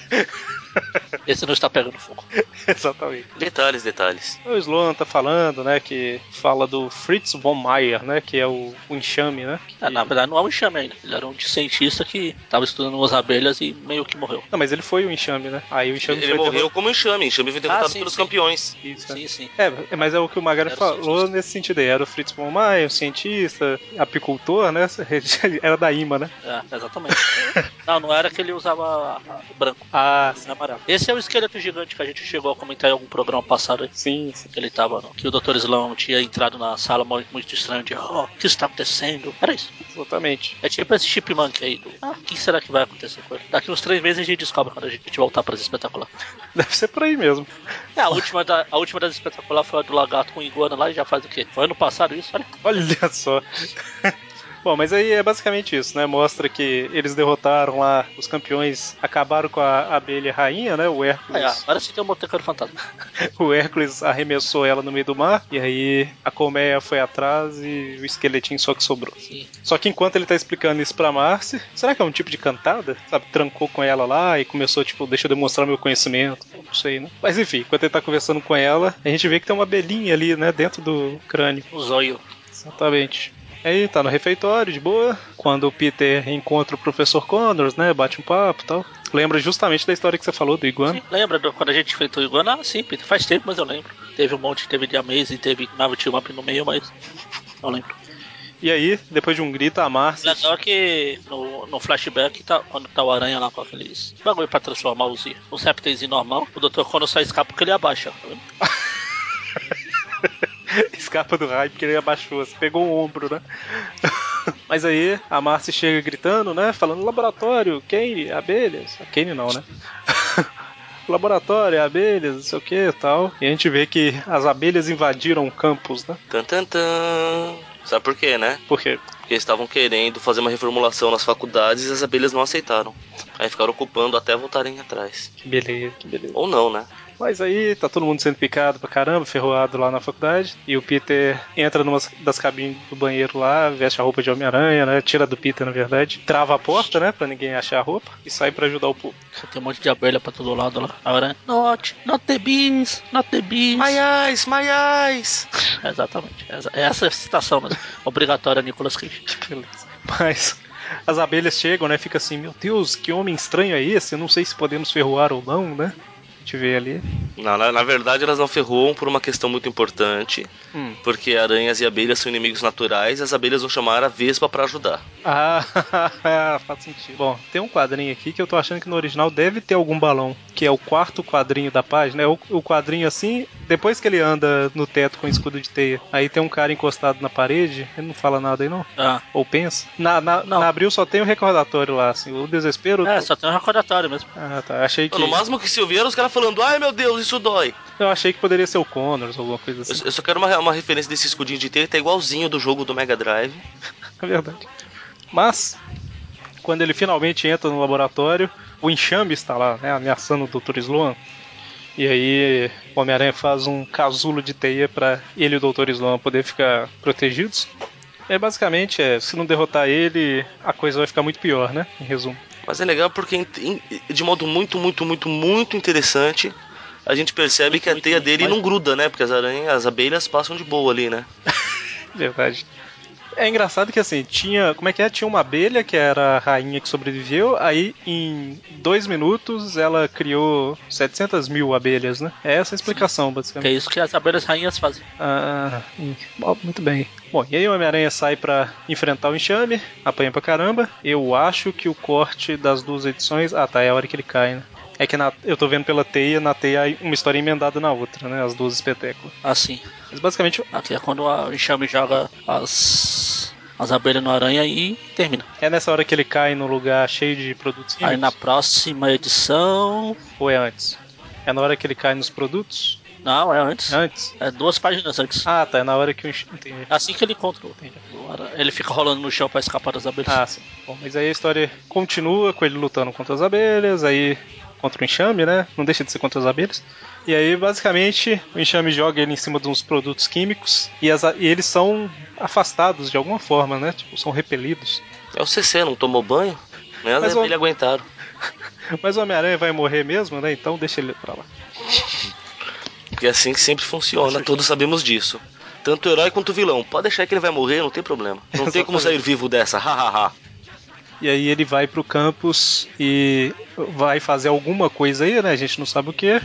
Speaker 2: Esse não está pegando fogo.
Speaker 1: Exatamente.
Speaker 3: Detalhes, detalhes.
Speaker 1: O Sloan tá falando, né? Que fala do Fritz von Meyer, né? Que é o, o enxame, né? que-
Speaker 2: Ah, na verdade, não é um enxame ainda. Ele era um cientista que estava estudando umas abelhas e meio que morreu.
Speaker 1: Não, mas ele foi o enxame, né? Aí o enxame
Speaker 3: Ele
Speaker 1: foi
Speaker 3: morreu como enxame, enxame foi derrotado
Speaker 2: Ah, sim,
Speaker 3: pelos
Speaker 2: sim.
Speaker 3: campeões.
Speaker 1: derrotado. Isso, né?
Speaker 2: Sim, sim.
Speaker 1: É, mas é o que o Magari
Speaker 2: Era o
Speaker 1: falou
Speaker 2: cientista.
Speaker 1: nesse sentido aí. Era o Fritz von Meyer, o cientista, apicultor, né? *laughs* Era da IMA, né?
Speaker 2: É, exatamente. não, não era que ele usava ah, branco,
Speaker 1: Ah,
Speaker 2: era amarelo. Esse é o esqueleto gigante que a gente chegou a comentar em algum programa passado aí.
Speaker 1: sim, sim.
Speaker 2: que ele tava, que o Dr. Sloan tinha entrado na sala mo- muito estranho de, oh, o que está acontecendo? Era isso.
Speaker 1: Exatamente.
Speaker 2: É tipo esse chipmunk aí do, ah, o que será que vai acontecer com ele? Daqui uns três meses a gente descobre quando a gente voltar para as espetacular.
Speaker 1: *laughs* Deve ser por aí mesmo.
Speaker 2: É, a última, da, a última
Speaker 1: *laughs*
Speaker 2: das espetacular foi a do lagarto com iguana lá e já faz o quê? Foi ano passado isso? Olha,
Speaker 1: Olha só. Bom, mas aí é basicamente isso, né? Mostra que eles derrotaram lá os campeões, acabaram com a abelha rainha, né? O
Speaker 2: É,
Speaker 1: Hércules.
Speaker 2: agora sim tem um motoqueiro fantasma.
Speaker 1: *laughs* O Hércules arremessou ela no meio do mar, e aí a colmeia foi atrás e o esqueletinho só que sobrou.
Speaker 2: Sim.
Speaker 1: Só que enquanto ele tá explicando isso pra Marcy, será que é um tipo de cantada? Sabe, trancou com ela lá e começou, tipo, deixa eu demonstrar meu conhecimento. Não sei, né? Mas enfim, enquanto ele tá conversando com ela, a gente vê que tem uma abelhinha ali, né, dentro do crânio.
Speaker 2: O Um zóio.
Speaker 1: Exatamente. Aí tá no refeitório, de boa, quando o Peter encontra o professor Connors, né, bate um papo e tal. Lembra justamente da história que você falou do Iguana.
Speaker 2: Sim, lembra do- quando a gente enfrentou o Iguana? Ah, sim, Peter, faz tempo, mas eu lembro. Teve um monte, teve de Amaze, teve Nave Team Up no meio, mas não lembro.
Speaker 1: E aí, depois de um grito, a Marcy...
Speaker 2: Legal que no, no flashback, tá, quando tá o Aranha lá com aqueles bagulho pra transformar os, os répteis em normal, o Dr. Connor só escapa porque ele abaixa. tá vendo?
Speaker 1: *laughs* Escapa do raio porque ele abaixou, se pegou o ombro, né? *laughs* Mas aí a Marcy chega gritando, né? Falando laboratório, Kane, abelhas. Kane não, né? *laughs* laboratório, abelhas, não sei o que tal. E a gente vê que as abelhas invadiram o campus, né?
Speaker 3: Tan, tan, tan. Sabe por quê, né?
Speaker 1: Porque
Speaker 3: Porque eles estavam querendo fazer uma reformulação nas faculdades e as abelhas não aceitaram. Aí ficaram ocupando até voltarem atrás.
Speaker 1: que beleza, que beleza.
Speaker 3: Ou não, né?
Speaker 1: Mas aí tá todo mundo sendo picado pra caramba, ferroado lá na faculdade. E o Peter entra numa das cabines do banheiro lá, veste a roupa de Homem-Aranha, né? Tira do Peter, na verdade. Trava a porta, né? Pra ninguém achar a roupa. E sai pra ajudar o povo.
Speaker 2: Só Tem um monte de abelha pra todo lado lá. A Aranha, not, not the bees, not the bees.
Speaker 1: é.
Speaker 3: eyes, my eyes!
Speaker 2: Exatamente. Essa, essa é a citação mesmo. obrigatória, Nicolas Cage.
Speaker 1: Beleza. Mas as abelhas chegam, né? Fica assim, meu Deus, que homem estranho é esse? Eu não sei se podemos ferroar ou não, né? A gente vê ali.
Speaker 3: Não, na, na verdade, elas não ferroam por uma questão muito importante,
Speaker 1: Hum.
Speaker 3: porque aranhas e abelhas são inimigos naturais e as abelhas vão chamar a Vespa pra ajudar.
Speaker 1: Ah, *laughs* faz sentido. Bom, tem um quadrinho aqui que eu tô achando que no original deve ter algum balão, que é o quarto quadrinho da página. É o, o quadrinho assim, depois que ele anda no teto com escudo de teia, aí tem um cara encostado na parede, ele não fala nada aí não?
Speaker 2: Ah,
Speaker 1: Ou pensa? Na, na,
Speaker 2: Não.
Speaker 1: na abril só tem o recordatório lá, assim, o desespero.
Speaker 2: é, só tem um recordatório mesmo.
Speaker 1: Ah, tá. Achei que.
Speaker 3: No máximo que se ouvir era os caras falando, ai meu Deus, isso dói!
Speaker 1: Eu achei que poderia ser o Connors ou alguma coisa assim.
Speaker 3: Eu, eu só quero uma, uma referência desse escudinho de teia, tá igualzinho do jogo do Mega Drive.
Speaker 1: É verdade. Mas, quando ele finalmente entra no laboratório, o enxame está lá, né, ameaçando o Dr. Sloan. E aí, o Homem-Aranha faz um casulo de teia para ele e o Dr. Sloan poder ficar protegidos. É basicamente, é, se não derrotar ele, a coisa vai ficar muito pior, né? Em resumo.
Speaker 3: Mas é legal porque, em- em- de modo muito, muito, muito, muito interessante, a gente percebe que a
Speaker 2: muito,
Speaker 3: teia
Speaker 2: muito
Speaker 3: dele
Speaker 2: mais.
Speaker 3: não gruda, né? Porque as aranhas, as abelhas passam de boa ali, né?
Speaker 1: Verdade. É engraçado que assim, tinha. Como é que é? Tinha uma abelha que era a rainha que sobreviveu, aí em dois minutos ela criou 700 mil abelhas, né? É essa a explicação,
Speaker 2: Que
Speaker 1: basicamente.
Speaker 2: é isso que as abelhas rainhas fazem.
Speaker 1: Ah, hum, bom, muito bem. Bom, e aí o Homem-Aranha sai pra enfrentar o enxame, apanha pra caramba. Eu acho que o corte das duas edições. Ah, tá, é a hora que ele cai, né? É que na- eu tô vendo pela teia, na teia aí uma história emendada na outra, né? As duas espetáculos.
Speaker 2: Assim.
Speaker 1: Mas basicamente
Speaker 2: Aqui é quando a- o enxame joga as, as abelhas no aranha e termina.
Speaker 1: é nessa hora que ele cai no lugar cheio de produtos
Speaker 2: Aí
Speaker 1: químicos.
Speaker 2: na próxima edição.
Speaker 1: Ou é antes? É na hora que ele cai nos produtos?
Speaker 2: Não, é antes.
Speaker 1: É antes?
Speaker 2: É duas páginas antes.
Speaker 1: Ah, tá. É na hora que o enx- Entendi.
Speaker 2: É Assim que ele encontra o- o aranha. Ele fica rolando no chão pra escapar das abelhas.
Speaker 1: Ah, sim. Bom, mas aí a história continua com ele lutando contra as abelhas, aí contra o enxame, né? Não deixa de ser contra as abelhas. E aí, basicamente, o enxame joga ele em cima de uns produtos químicos e, as a- e eles são afastados de alguma forma, né? Tipo, são repelidos.
Speaker 3: É o CC, não tomou banho? Né? As
Speaker 1: Mas, ó,
Speaker 3: abelhas aguentaram.
Speaker 1: Mas o Homem-Aranha vai morrer mesmo, né? Então deixa ele pra lá.
Speaker 3: Porque é assim que sempre funciona, todos sabemos disso. Tanto o herói quanto o vilão. Pode deixar que ele vai morrer, não tem problema. Não tem como
Speaker 1: Exatamente.
Speaker 3: sair vivo dessa, hahaha.
Speaker 1: E aí ele vai pro campus e vai fazer alguma coisa aí, né? A gente não sabe o que.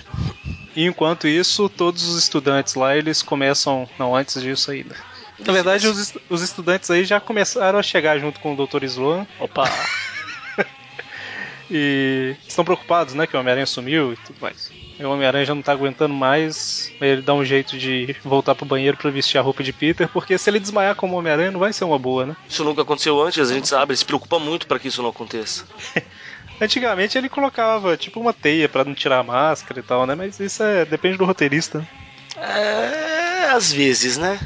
Speaker 1: E enquanto isso, todos os estudantes lá, eles começam. Não, antes disso ainda. Na verdade, os, est- os estudantes aí já começaram a chegar junto com o Dr. Sloan
Speaker 2: Opa!
Speaker 1: *laughs* e estão preocupados, né? Que o Homem-Aranha sumiu e tudo mais. E o Homem-Aranha já não tá aguentando mais. aí Ele dá um jeito de voltar pro banheiro pra vestir a roupa de Peter, porque se ele desmaiar como Homem-Aranha, não vai ser uma boa, né?
Speaker 3: Isso nunca aconteceu antes, a gente sabe, ele se preocupa muito pra que isso não aconteça.
Speaker 1: Antigamente ele colocava tipo uma teia pra não tirar a máscara e tal, né? Mas isso é depende do roteirista.
Speaker 3: É. às vezes, né?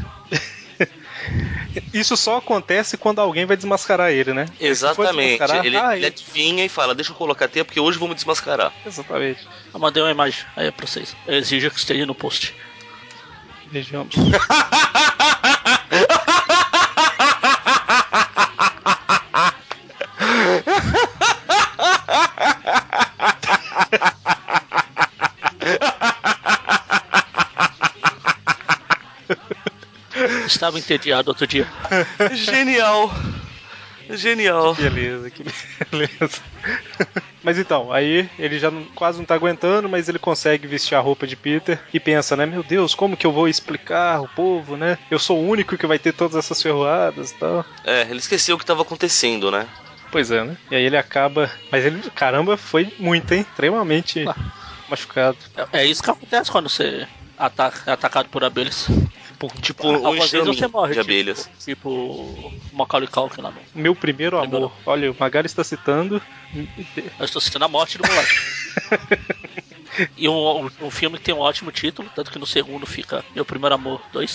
Speaker 1: Isso só acontece quando alguém vai desmascarar ele, né?
Speaker 3: Exatamente.
Speaker 1: Se for desmascarar,
Speaker 3: Ele,
Speaker 1: ah,
Speaker 3: ele adivinha e fala, deixa eu colocar a teia porque hoje eu vou me desmascarar.
Speaker 1: Exatamente.
Speaker 2: Eu mandei uma imagem aí pra vocês. Eu exijo que esteja no post.
Speaker 1: Vejamos.
Speaker 2: Estava entediado outro dia.
Speaker 3: Genial. Genial.
Speaker 1: Beleza, que beleza. *laughs* Mas então, aí ele já não- quase não tá aguentando, mas ele consegue vestir a roupa de Peter e pensa, né? Meu Deus, como que eu vou explicar o povo, né? Eu sou o único que vai ter todas essas ferroadas e tal.
Speaker 3: É, ele esqueceu o que tava acontecendo, né?
Speaker 1: Pois é, né? E aí ele acaba. Mas ele, caramba, foi muito, hein? Extremamente
Speaker 2: Ah.
Speaker 1: machucado.
Speaker 2: É, é isso que acontece quando você ataca, é atacado por abelhas.
Speaker 1: Pô,
Speaker 3: Tipo, um
Speaker 2: Algumas vezes
Speaker 3: enxame
Speaker 2: você morre.
Speaker 3: de abelhas.
Speaker 2: Tipo, tipo Macaulay Culkin lá. mesmo.
Speaker 1: meu primeiro amor.
Speaker 2: Lembrou.
Speaker 1: Olha, o Magari está citando.
Speaker 2: Eu estou citando a morte do moleque. E um, um- um filme que tem um ótimo título, tanto que no segundo fica Meu Primeiro Amor 2.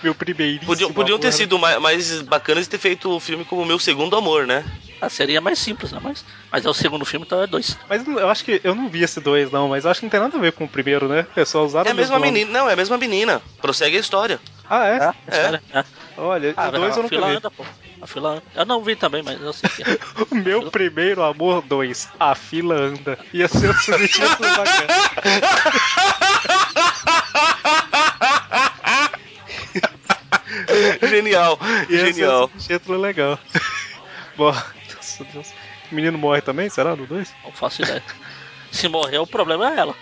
Speaker 1: Meu primeiro.
Speaker 3: Podiam, podiam ter sido mais, mais bacanas e ter feito o filme como Meu Segundo Amor, né?
Speaker 2: Ah, seria mais simples, né? Mas, mas é o segundo filme, então é dois.
Speaker 1: Mas eu acho que. Eu não vi esse dois, não, mas eu acho que não tem nada a ver com o primeiro, né? É só usar
Speaker 3: É a mesma menina. Não, é a mesma menina. Prossegue a história.
Speaker 1: Ah, é?
Speaker 2: Sério, né?
Speaker 1: Olha,
Speaker 2: Ah,
Speaker 1: o dois eu
Speaker 2: a fila
Speaker 1: nunca vi.
Speaker 2: anda, pô. A fila anda. Eu não vi também, mas eu sei que é.
Speaker 1: O Meu primeiro amor dois A fila anda. Ia ser um
Speaker 3: *laughs*
Speaker 1: o subtítulo bacana.
Speaker 3: *laughs* Genial.
Speaker 1: Ia ser o
Speaker 3: Genial.
Speaker 1: subtítulo legal. *laughs* Bom, nossa Deus. O menino morre também, será? No dois
Speaker 2: Não faço ideia. *laughs* Se morrer, o problema
Speaker 1: *laughs*
Speaker 2: é ela.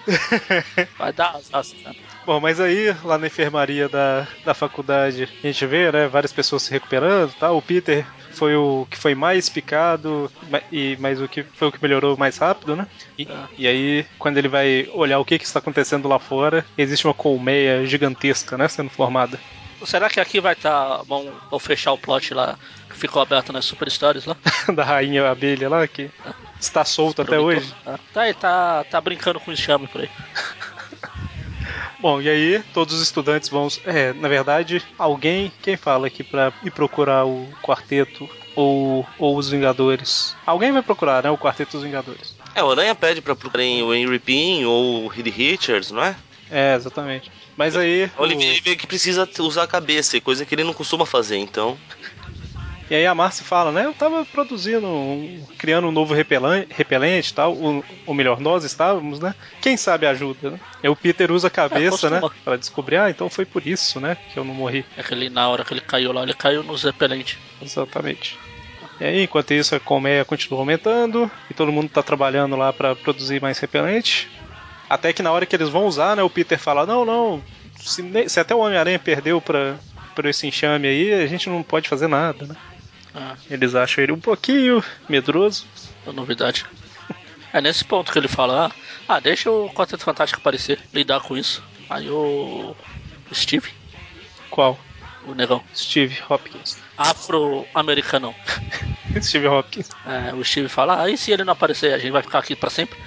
Speaker 2: Vai dar azar, né?
Speaker 1: Bom, mas aí, lá na enfermaria da, da faculdade, a gente vê, né, várias pessoas se recuperando, tá? O Peter foi o que foi mais picado, ma- e, mas o que foi o que melhorou mais rápido, né? E,
Speaker 2: É.
Speaker 1: e aí, quando ele vai olhar o que, que está acontecendo lá fora, existe uma colmeia gigantesca, né, sendo formada. *laughs*
Speaker 2: Será que aqui vai estar. Tá, vão, vão fechar o plot lá que ficou aberto nas Super Stories lá?
Speaker 1: da rainha abelha lá, que está solta até
Speaker 2: Prometou.
Speaker 1: hoje.
Speaker 2: Ah, Tá aí, tá, tá brincando com enxame por aí.
Speaker 1: Bom, e aí todos os estudantes vão. É, na verdade, alguém. Quem fala aqui pra ir procurar o quarteto ou, ou os Vingadores? Alguém vai procurar, né? O quarteto dos Vingadores.
Speaker 3: É, o Aranha pede pra procurarem o Henry Pym ou o Reed Richards, não é?
Speaker 1: É, exatamente. Mas aí.
Speaker 3: Ele vê- ele vê que precisa usar a cabeça, coisa que ele não costuma fazer, então.
Speaker 1: E aí a Marcy fala, né? Eu tava produzindo, um- criando um novo repelan- repelente e tal. Ou, ou melhor, nós estávamos, né? Quem sabe ajuda, né? E o Peter usa a cabeça, né?
Speaker 2: costuma.
Speaker 1: Pra descobrir, ah, então foi por isso, né? Que eu não morri.
Speaker 2: Aquele, na hora que ele caiu lá, ele caiu nos repelentes.
Speaker 1: Exatamente. E aí, enquanto isso, a colmeia continua aumentando e todo mundo tá trabalhando lá para produzir mais repelente. Até que na hora que eles vão usar, né, o Peter fala: Não, não, se, ne- se até o Homem-Aranha perdeu pra, pra esse enxame aí, a gente não pode fazer nada, né?
Speaker 2: Ah,
Speaker 1: Eles acham ele um pouquinho medroso.
Speaker 2: uma novidade. É nesse ponto que ele fala: ah, ah, deixa o Quarteto Fantástico aparecer, lidar com isso. Aí o Steve,
Speaker 1: Qual?
Speaker 2: o negão, "Ah,
Speaker 1: Steve Hopkins. *laughs*
Speaker 2: afro-americano,
Speaker 1: Steve Hopkins.
Speaker 2: É, o Steve fala, ah, e se ele não aparecer, a gente vai ficar aqui pra sempre?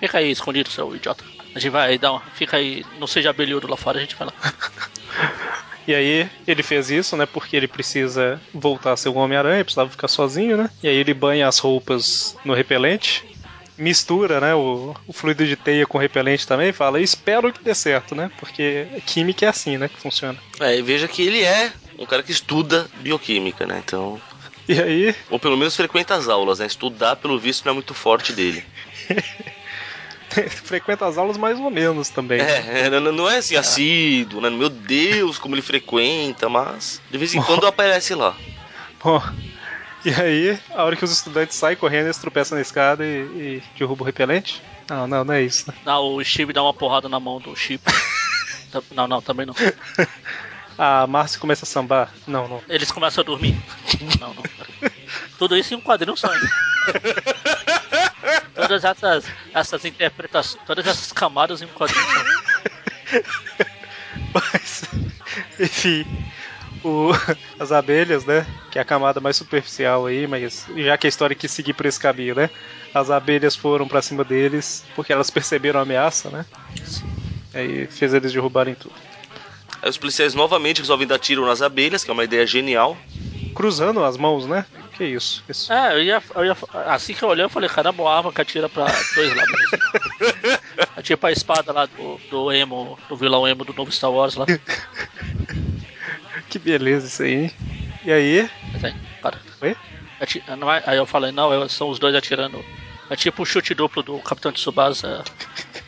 Speaker 2: Fica aí escondido, seu idiota. A gente vai dar uma. Fica aí, não seja abelhudo lá fora, a gente vai lá.
Speaker 1: E aí ele fez isso, né? Porque ele precisa voltar a ser o Homem-Aranha, precisava ficar sozinho, né? E aí ele banha as roupas no repelente, mistura, né? O, o fluido de teia com repelente também, e fala, espero que dê certo, né? Porque química é assim, né? Que funciona.
Speaker 3: É, e veja que ele é um cara que estuda bioquímica, né? Então.
Speaker 1: E aí *laughs*
Speaker 3: Ou pelo menos frequenta as aulas, né? Estudar, pelo visto, não é muito forte dele.
Speaker 1: frequenta as aulas mais ou menos também.
Speaker 3: É, é, não, não é
Speaker 1: Ah.
Speaker 3: assim assíduo, né? Meu Deus, como ele frequenta, mas de vez em quando aparece lá.
Speaker 1: Bom, *laughs* e aí, a hora que os estudantes saem correndo, eles tropeçam na escada e, e derrubam o repelente? Não, não, não é isso, né?
Speaker 2: Não, o Steve dá uma porrada na mão do Chip. *laughs* Tá- não, não, também não.
Speaker 1: A Márcia Ah, começa a sambar. Não, não.
Speaker 2: Eles começam a dormir. Não, não. Tudo isso em um quadrinho só. hein? Todas essas, essas interpretações, todas essas camadas em um quadrinho só.
Speaker 1: Mas, *laughs* enfim, o- *laughs* as abelhas, né? Que é a camada mais superficial aí, mas já que a história quis seguir por esse caminho, né? As abelhas foram pra cima deles porque elas perceberam a ameaça, né? Aí fez eles derrubarem tudo.
Speaker 3: Aí os policiais novamente resolvem dar tiro nas abelhas, que é uma ideia genial.
Speaker 1: Cruzando as mãos, né? Que isso? isso.
Speaker 2: É, eu ia, eu ia- assim que eu olhei, eu falei, caramba, uma arma que atira pra dois lados. É tipo a espada lá do, do emo, do vilão emo do novo Star Wars lá.
Speaker 1: Ah, Que beleza isso aí. hein? E aí?
Speaker 2: Mas aí, cara,
Speaker 1: Oi?
Speaker 2: ati- não é- aí eu falei, não, é- são os dois atirando. É tipo o chute duplo do Capitão de Tsubasa,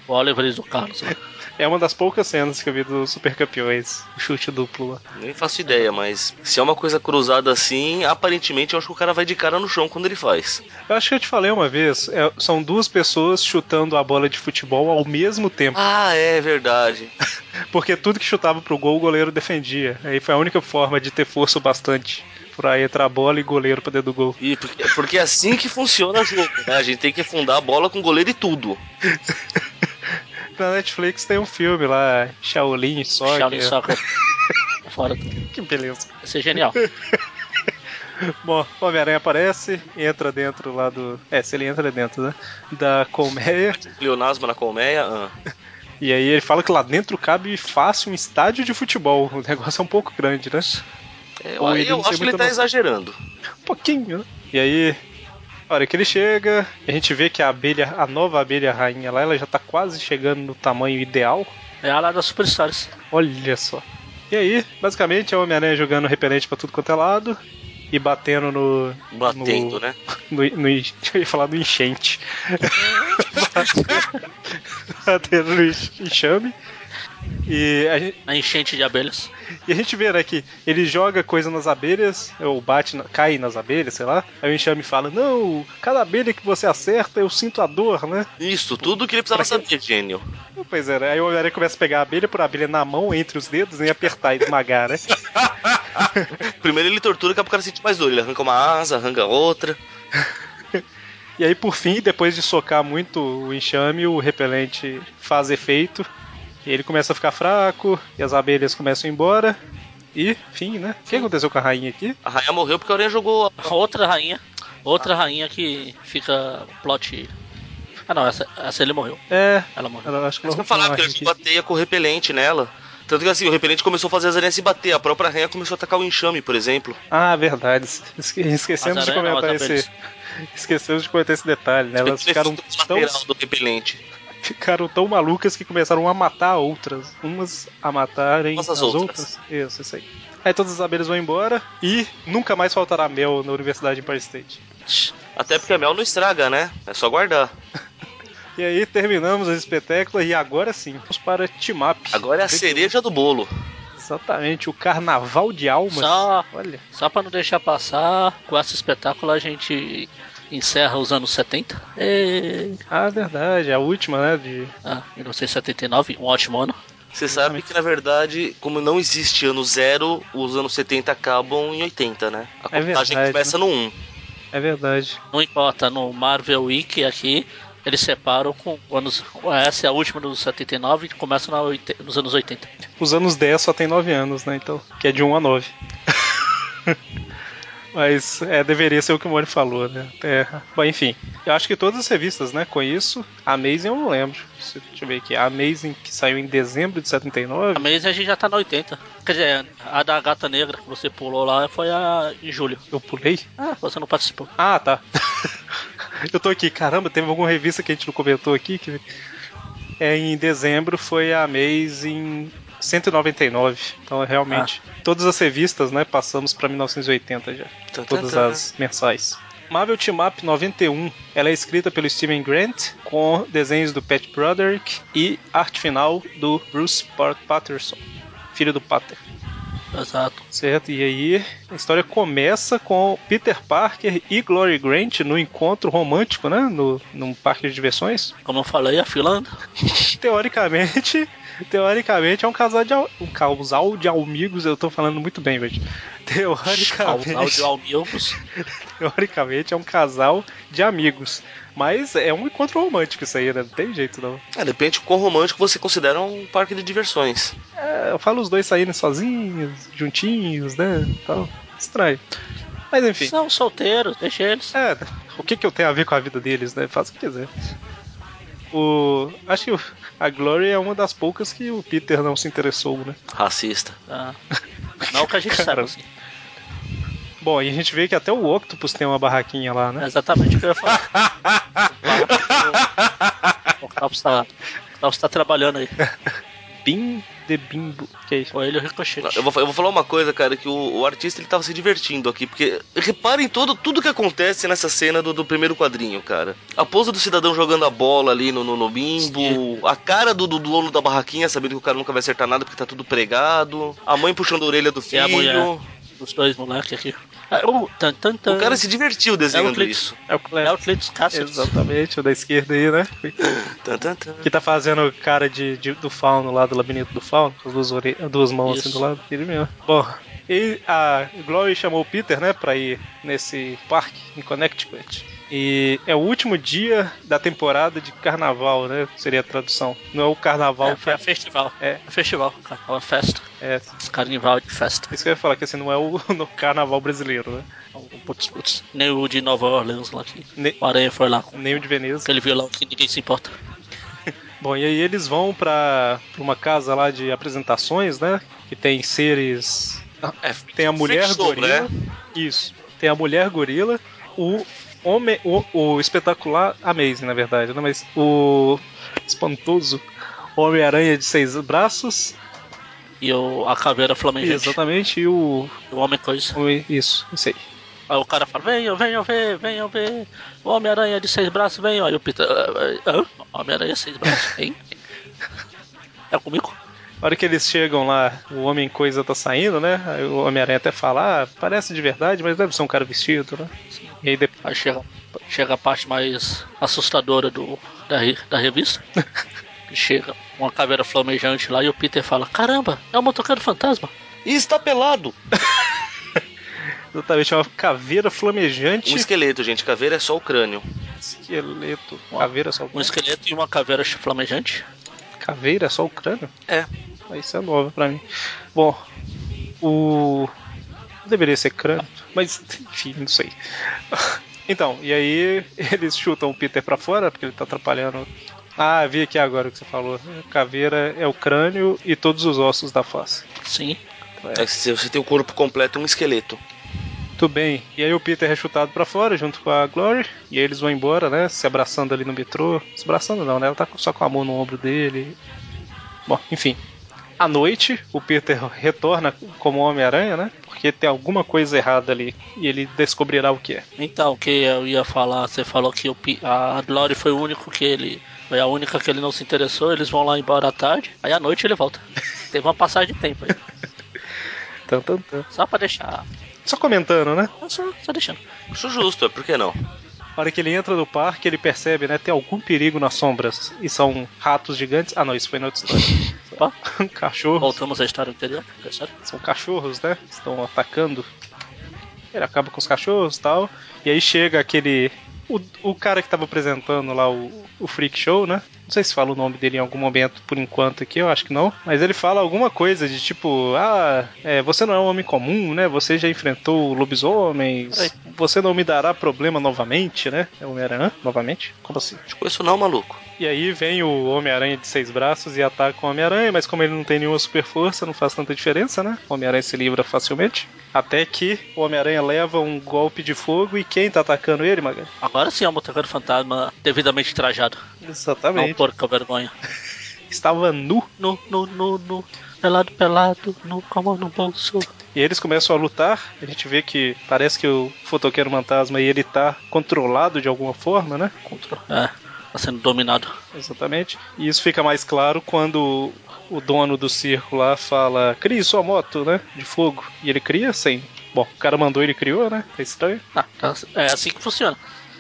Speaker 2: o Oliver e do Carlos. né? Lá.
Speaker 1: É uma das poucas cenas que eu vi do Super Campeões. O chute duplo lá.
Speaker 3: Nem faço ideia, mas se é uma coisa cruzada assim, aparentemente eu acho que o cara vai de cara no chão quando ele faz.
Speaker 1: Eu acho que eu te falei uma vez. é- são duas pessoas chutando a bola de futebol ao mesmo tempo.
Speaker 3: Ah, é verdade.
Speaker 1: Porque tudo que chutava pro gol, o goleiro defendia. Aí foi a única forma de ter força o bastante. Pra entrar a bola e goleiro pra dentro do gol.
Speaker 3: E porque, porque é assim que funciona o jogo, né? A gente tem que afundar a bola com goleiro e tudo.
Speaker 1: Na Netflix tem um filme lá, Shaolin Soccer.
Speaker 2: Shaolin Soccer. Fora.
Speaker 1: Que beleza.
Speaker 2: É Vai ser genial.
Speaker 1: Bom, o Homem-Aranha aparece, entra dentro lá do. É, se ele entra dentro, né? Da colmeia.
Speaker 3: Leonasma na colmeia. ah.
Speaker 1: E aí ele fala que lá dentro cabe fácil um estádio de futebol. O negócio é um pouco grande, né?
Speaker 3: É,
Speaker 1: Ou
Speaker 3: eu
Speaker 1: ele
Speaker 3: eu
Speaker 1: não sei
Speaker 3: acho que ele
Speaker 1: muito
Speaker 3: tá
Speaker 1: não.
Speaker 3: exagerando.
Speaker 1: Um pouquinho, né? E aí. A hora que ele chega, a gente vê que a abelha, a nova abelha rainha lá, ela já tá quase chegando no tamanho ideal.
Speaker 2: É a lá das Superstars.
Speaker 1: Olha só. E aí, basicamente, é o Homem-Aranha jogando repelente pra tudo quanto é lado e batendo no.
Speaker 3: Batendo,
Speaker 1: no,
Speaker 3: né?
Speaker 1: No, no, *laughs* eu ia falar no enchente. *laughs* batendo no enxame. E a, gente,
Speaker 2: A enchente de abelhas.
Speaker 1: e a gente vê, né, que ele joga coisa nas abelhas, ou bate, na- cai nas abelhas, sei lá. Aí o enxame fala: Não, cada abelha que você acerta, eu sinto a dor, né?
Speaker 3: Isso, tudo que ele precisava
Speaker 1: Pra quê?
Speaker 3: saber, gênio.
Speaker 1: Pois é, né? aí o Homem-Aranha começa a pegar a abelha por abelha na mão, entre os dedos, né, e apertar e esmagar, né?
Speaker 3: Primeiro ele tortura, que é pro cara sentir mais dor. Ele arranca uma asa, arranca outra.
Speaker 1: E aí, por fim, depois de socar muito o enxame, o repelente faz efeito. E ele começa a ficar fraco, e as abelhas começam a ir embora. E, fim, né? O que aconteceu com a rainha aqui?
Speaker 3: A rainha morreu porque a Aranha jogou.
Speaker 2: Outra rainha. Outra rainha que fica plot. Ah não, essa, essa ele morreu.
Speaker 1: É.
Speaker 2: Ela morreu.
Speaker 1: ela- Acho que
Speaker 3: Mas
Speaker 1: não,
Speaker 3: não falar,
Speaker 1: não,
Speaker 3: porque ele
Speaker 1: acho que-
Speaker 3: jogou a teia com o repelente nela. Tanto que assim, o repelente começou a fazer as aranhas se bater. A própria rainha começou a atacar o enxame, por exemplo.
Speaker 1: Ah, verdade. Esque- Esquecemos
Speaker 2: As
Speaker 1: de
Speaker 2: aranhas-
Speaker 1: comentar
Speaker 2: as
Speaker 1: esse. Esquecemos de comentar esse detalhe, né? Elas ficaram
Speaker 3: Efeito
Speaker 1: tão,
Speaker 3: lateral do né? repelente.
Speaker 1: ficaram tão malucas que começaram a matar outras. Umas a matarem
Speaker 3: Umas
Speaker 1: as,
Speaker 3: às outras.
Speaker 1: outras. Isso, isso aí. Aí todas as abelhas vão embora e nunca mais faltará mel na Universidade de Empire State.
Speaker 3: Até porque a mel não estraga, né? É só guardar.
Speaker 1: E aí terminamos a espetácula e agora sim, vamos para Timap.
Speaker 3: Agora é a cereja do bolo.
Speaker 1: Exatamente, o carnaval de almas.
Speaker 2: Só-
Speaker 1: Olha,
Speaker 2: Só pra não deixar passar, com esse espetáculo a gente encerra os anos 70. E...
Speaker 1: ah, verdade, a última, né, de
Speaker 2: Ah, 1979, um ótimo ano.
Speaker 3: Você sabe que, na verdade, como não existe ano zero, os anos 70 acabam em 80, né? A
Speaker 1: É
Speaker 3: contagem
Speaker 1: verdade,
Speaker 3: começa no 1.
Speaker 1: É verdade.
Speaker 2: Não importa, no Marvel Wiki aqui, eles separam com anos. Essa é a última dos 79 que começa na oite- nos anos 80.
Speaker 1: Os anos 10 só tem 9 anos, né, então, que é de 1 a 9. *laughs* Mas é, deveria ser o que o Mori falou, né? É. Bom, enfim, eu acho que todas as revistas, né, com isso, a Amazing eu não lembro. Se- Deixa eu ver aqui, a Amazing que saiu em dezembro de 79.
Speaker 2: A mês a gente já tá na 80. Quer dizer, a da Gata Negra que você pulou lá foi a em julho.
Speaker 1: Eu pulei?
Speaker 2: Ah, você não participou.
Speaker 1: Ah, tá. *laughs* Eu tô aqui, caramba, teve alguma revista que a gente não comentou aqui? Que... É, em dezembro foi a Amazing 199. Então, realmente, todas as revistas, né, passamos pra 1980 já.
Speaker 3: Ah. Tá, tá,
Speaker 1: Todas
Speaker 3: tá.
Speaker 1: as mensais. Marvel Team Up 91. Ela é escrita pelo Steven Grant, com desenhos do Pat Broderick e arte final do Bruce Pat- Patterson, filho do Pater.
Speaker 2: Exato.
Speaker 1: Certo, e aí a história começa com Peter Parker e Glory Grant no encontro romântico, né? No, num parque de diversões. *laughs*
Speaker 2: Como eu falei, a Finlândia.
Speaker 1: Teoricamente, teoricamente é um casal de al- um casal de amigos, eu tô falando muito bem, velho. Teoricamente,
Speaker 2: Áudio Almilbus.
Speaker 1: teoricamente é um casal de amigos, mas é um encontro romântico isso aí, né? Não tem jeito não.
Speaker 3: É, depende de quão romântico você considera um parque de diversões.
Speaker 1: É, eu falo os dois saírem sozinhos, juntinhos, né? Tal. Estranho. Mas enfim.
Speaker 2: São solteiros, deixa eles.
Speaker 1: É, o que, que eu tenho a ver com a vida deles, né? Faz o que quiser. O. Acho que o, A Glory é uma das poucas que o Peter não se interessou, né?
Speaker 3: Racista.
Speaker 2: Ah. Não que a gente
Speaker 1: Cara,
Speaker 2: saiba, assim.
Speaker 1: Bom, e a gente vê que até o Octopus tem uma barraquinha lá,
Speaker 2: É
Speaker 1: né?
Speaker 2: exatamente o que eu ia
Speaker 3: *laughs*
Speaker 2: falar. o Octopus tá, o Octopus tá trabalhando aí.
Speaker 1: Bim de Bimbo. Que é isso?
Speaker 2: Foi ele e o Ricochete.
Speaker 3: Eu vou, eu vou falar uma coisa, cara, que o, o artista ele tava se divertindo aqui, porque reparem todo, tudo que acontece nessa cena do, do primeiro quadrinho, cara. A pose do cidadão jogando a bola ali no, no, no bimbo, a cara do, do dono da barraquinha sabendo que o cara nunca vai acertar nada porque tá tudo pregado, a mãe puxando a orelha do
Speaker 2: E a mulher.
Speaker 3: filho.
Speaker 2: Os dois moleques aqui. Ah, o- tan, tan, tan.
Speaker 3: O cara se divertiu
Speaker 2: é o
Speaker 3: desenhando
Speaker 2: Clitus.
Speaker 3: isso.
Speaker 1: É o
Speaker 2: É
Speaker 1: Cleo.
Speaker 2: o Clitus Cassius.
Speaker 1: Exatamente, o da esquerda aí, né?
Speaker 3: Tan, tan, tan.
Speaker 1: Que tá fazendo cara de, de- do fauno lá, do labirinto do fauno, com as duas, ore... duas mãos
Speaker 2: Isso.
Speaker 1: assim do lado. Ele mesmo. Bom, e a Glory chamou o Peter, né, pra ir nesse parque em Connecticut. E é o último dia da temporada de carnaval, né? Seria a tradução. Não é o carnaval
Speaker 2: É,
Speaker 1: que
Speaker 2: foi a festival.
Speaker 1: É.
Speaker 2: É festival, cara. É uma festa.
Speaker 1: é.
Speaker 2: Carnival de festa.
Speaker 1: Isso que eu ia falar, que assim, não é o *laughs* no carnaval brasileiro, né?
Speaker 2: Um Putz, putz. Nem o de Nova Orleans lá aqui.
Speaker 1: Ne-
Speaker 2: O Aranha foi lá com
Speaker 1: Nem o de Veneza.
Speaker 2: aquele violão que ninguém se importa.
Speaker 1: Bom, e aí eles vão pra pra uma casa lá de apresentações, né? Que tem seres.
Speaker 3: É,
Speaker 1: Tem a mulher
Speaker 3: Freak show,
Speaker 1: gorila.
Speaker 3: né?
Speaker 1: Isso. Tem a mulher gorila, o homem. O, o espetacular. Amazing, na verdade, né? Mas o espantoso Homem-Aranha de seis braços.
Speaker 2: E o, a caveira flamejante.
Speaker 1: Exatamente, e o.
Speaker 2: O homem coisa.
Speaker 1: o- Isso, isso aí.
Speaker 2: Aí o cara fala, venham, venham ver, venham ver. O Homem-Aranha de seis braços, venham. Aí o Peter, "Ah, ah, ah, Homem-Aranha seis braços, hein? É comigo?
Speaker 1: Na hora que eles chegam lá, o Homem Coisa tá saindo, né? Aí o Homem-Aranha até fala, ah, parece de verdade, mas deve ser um cara vestido, né? E aí depois.
Speaker 2: Aí chega, chega a parte mais assustadora do, da, re- da revista. *laughs* chega uma caveira flamejante lá e o Peter fala, caramba, é um motoqueiro fantasma.
Speaker 3: E está pelado. Um
Speaker 1: Exatamente, é uma caveira flamejante.
Speaker 3: Um esqueleto, gente. Caveira é só o crânio.
Speaker 1: Esqueleto. Caveira só o
Speaker 2: Um
Speaker 1: crânio.
Speaker 2: esqueleto e uma caveira flamejante.
Speaker 1: Caveira só o crânio?
Speaker 3: É.
Speaker 1: Ah, Isso é nova pra mim. Bom, o. Deveria ser crânio, mas enfim, não sei. *laughs* Então, e aí eles chutam o Peter pra fora porque ele tá atrapalhando. Ah, vi aqui agora o que você falou. Caveira é o crânio e todos os ossos da face.
Speaker 2: Sim.
Speaker 3: É, se você tem o corpo completo, um esqueleto.
Speaker 1: Muito bem. E aí o Peter é chutado pra fora junto com a Glory. E aí eles vão embora, né? Se abraçando ali no metrô. Se abraçando não, né? Ela tá com- só com a mão no ombro dele. Bom, enfim. À noite, o Peter retorna como Homem-Aranha, né? Porque tem alguma coisa errada ali. E ele descobrirá o que é.
Speaker 2: Então, o que eu ia falar, você falou que o Pi- a Glory foi o único que ele. Foi a única que ele não se interessou, eles vão lá embora à tarde, aí à noite ele volta. Teve uma passagem de tempo aí.
Speaker 1: Tan, tan, tan.
Speaker 2: Só pra deixar.
Speaker 1: Só comentando, né?
Speaker 2: Só, só deixando.
Speaker 3: Isso justo, é por que não?
Speaker 1: Na hora que ele entra no parque, ele percebe, né? Tem algum perigo nas sombras. E são ratos gigantes. Ah, não, isso foi na outra história. *laughs*
Speaker 2: Opa,
Speaker 1: Cachorros.
Speaker 2: voltamos à história anterior. é sério?
Speaker 1: são cachorros, né? que Estão atacando. Ele acaba com os cachorros e tal. E aí chega aquele. O, o cara que tava apresentando lá o, o Freak Show, né? Não sei se fala o nome dele em algum momento por enquanto aqui, eu acho que não. Mas ele fala alguma coisa de tipo: Ah, é, você não é um homem comum, né? Você já enfrentou lobisomens.
Speaker 2: Peraí.
Speaker 1: Você não me dará problema novamente, né? É o Homem-Aranha, novamente? Como assim?
Speaker 3: Tipo, isso não, maluco.
Speaker 1: E aí vem o Homem-Aranha de seis braços e ataca o Homem-Aranha, mas como ele não tem nenhuma super força, não faz tanta diferença, né? O Homem-Aranha se livra facilmente. Até que o Homem-Aranha leva um golpe de fogo e quem tá atacando ele, Magali?
Speaker 2: Agora sim é o motoqueiro fantasma devidamente trajado. Não
Speaker 1: Exatamente.
Speaker 2: porca vergonha.
Speaker 1: Estava nu.
Speaker 2: No, no, no, no. Pelado, pelado, no, com a mão no bolso.
Speaker 1: E eles começam a lutar. A gente vê que parece que o fotoqueiro fantasma aí, ele tá controlado de alguma forma, né?
Speaker 2: Controle. É, tá sendo dominado.
Speaker 1: Exatamente. E isso fica mais claro quando o dono do circo lá fala: Crie sua moto, né? De fogo. E ele cria sem. Bom, o cara mandou, ele criou, né? É estranho.
Speaker 2: Ah, tá- é assim que funciona.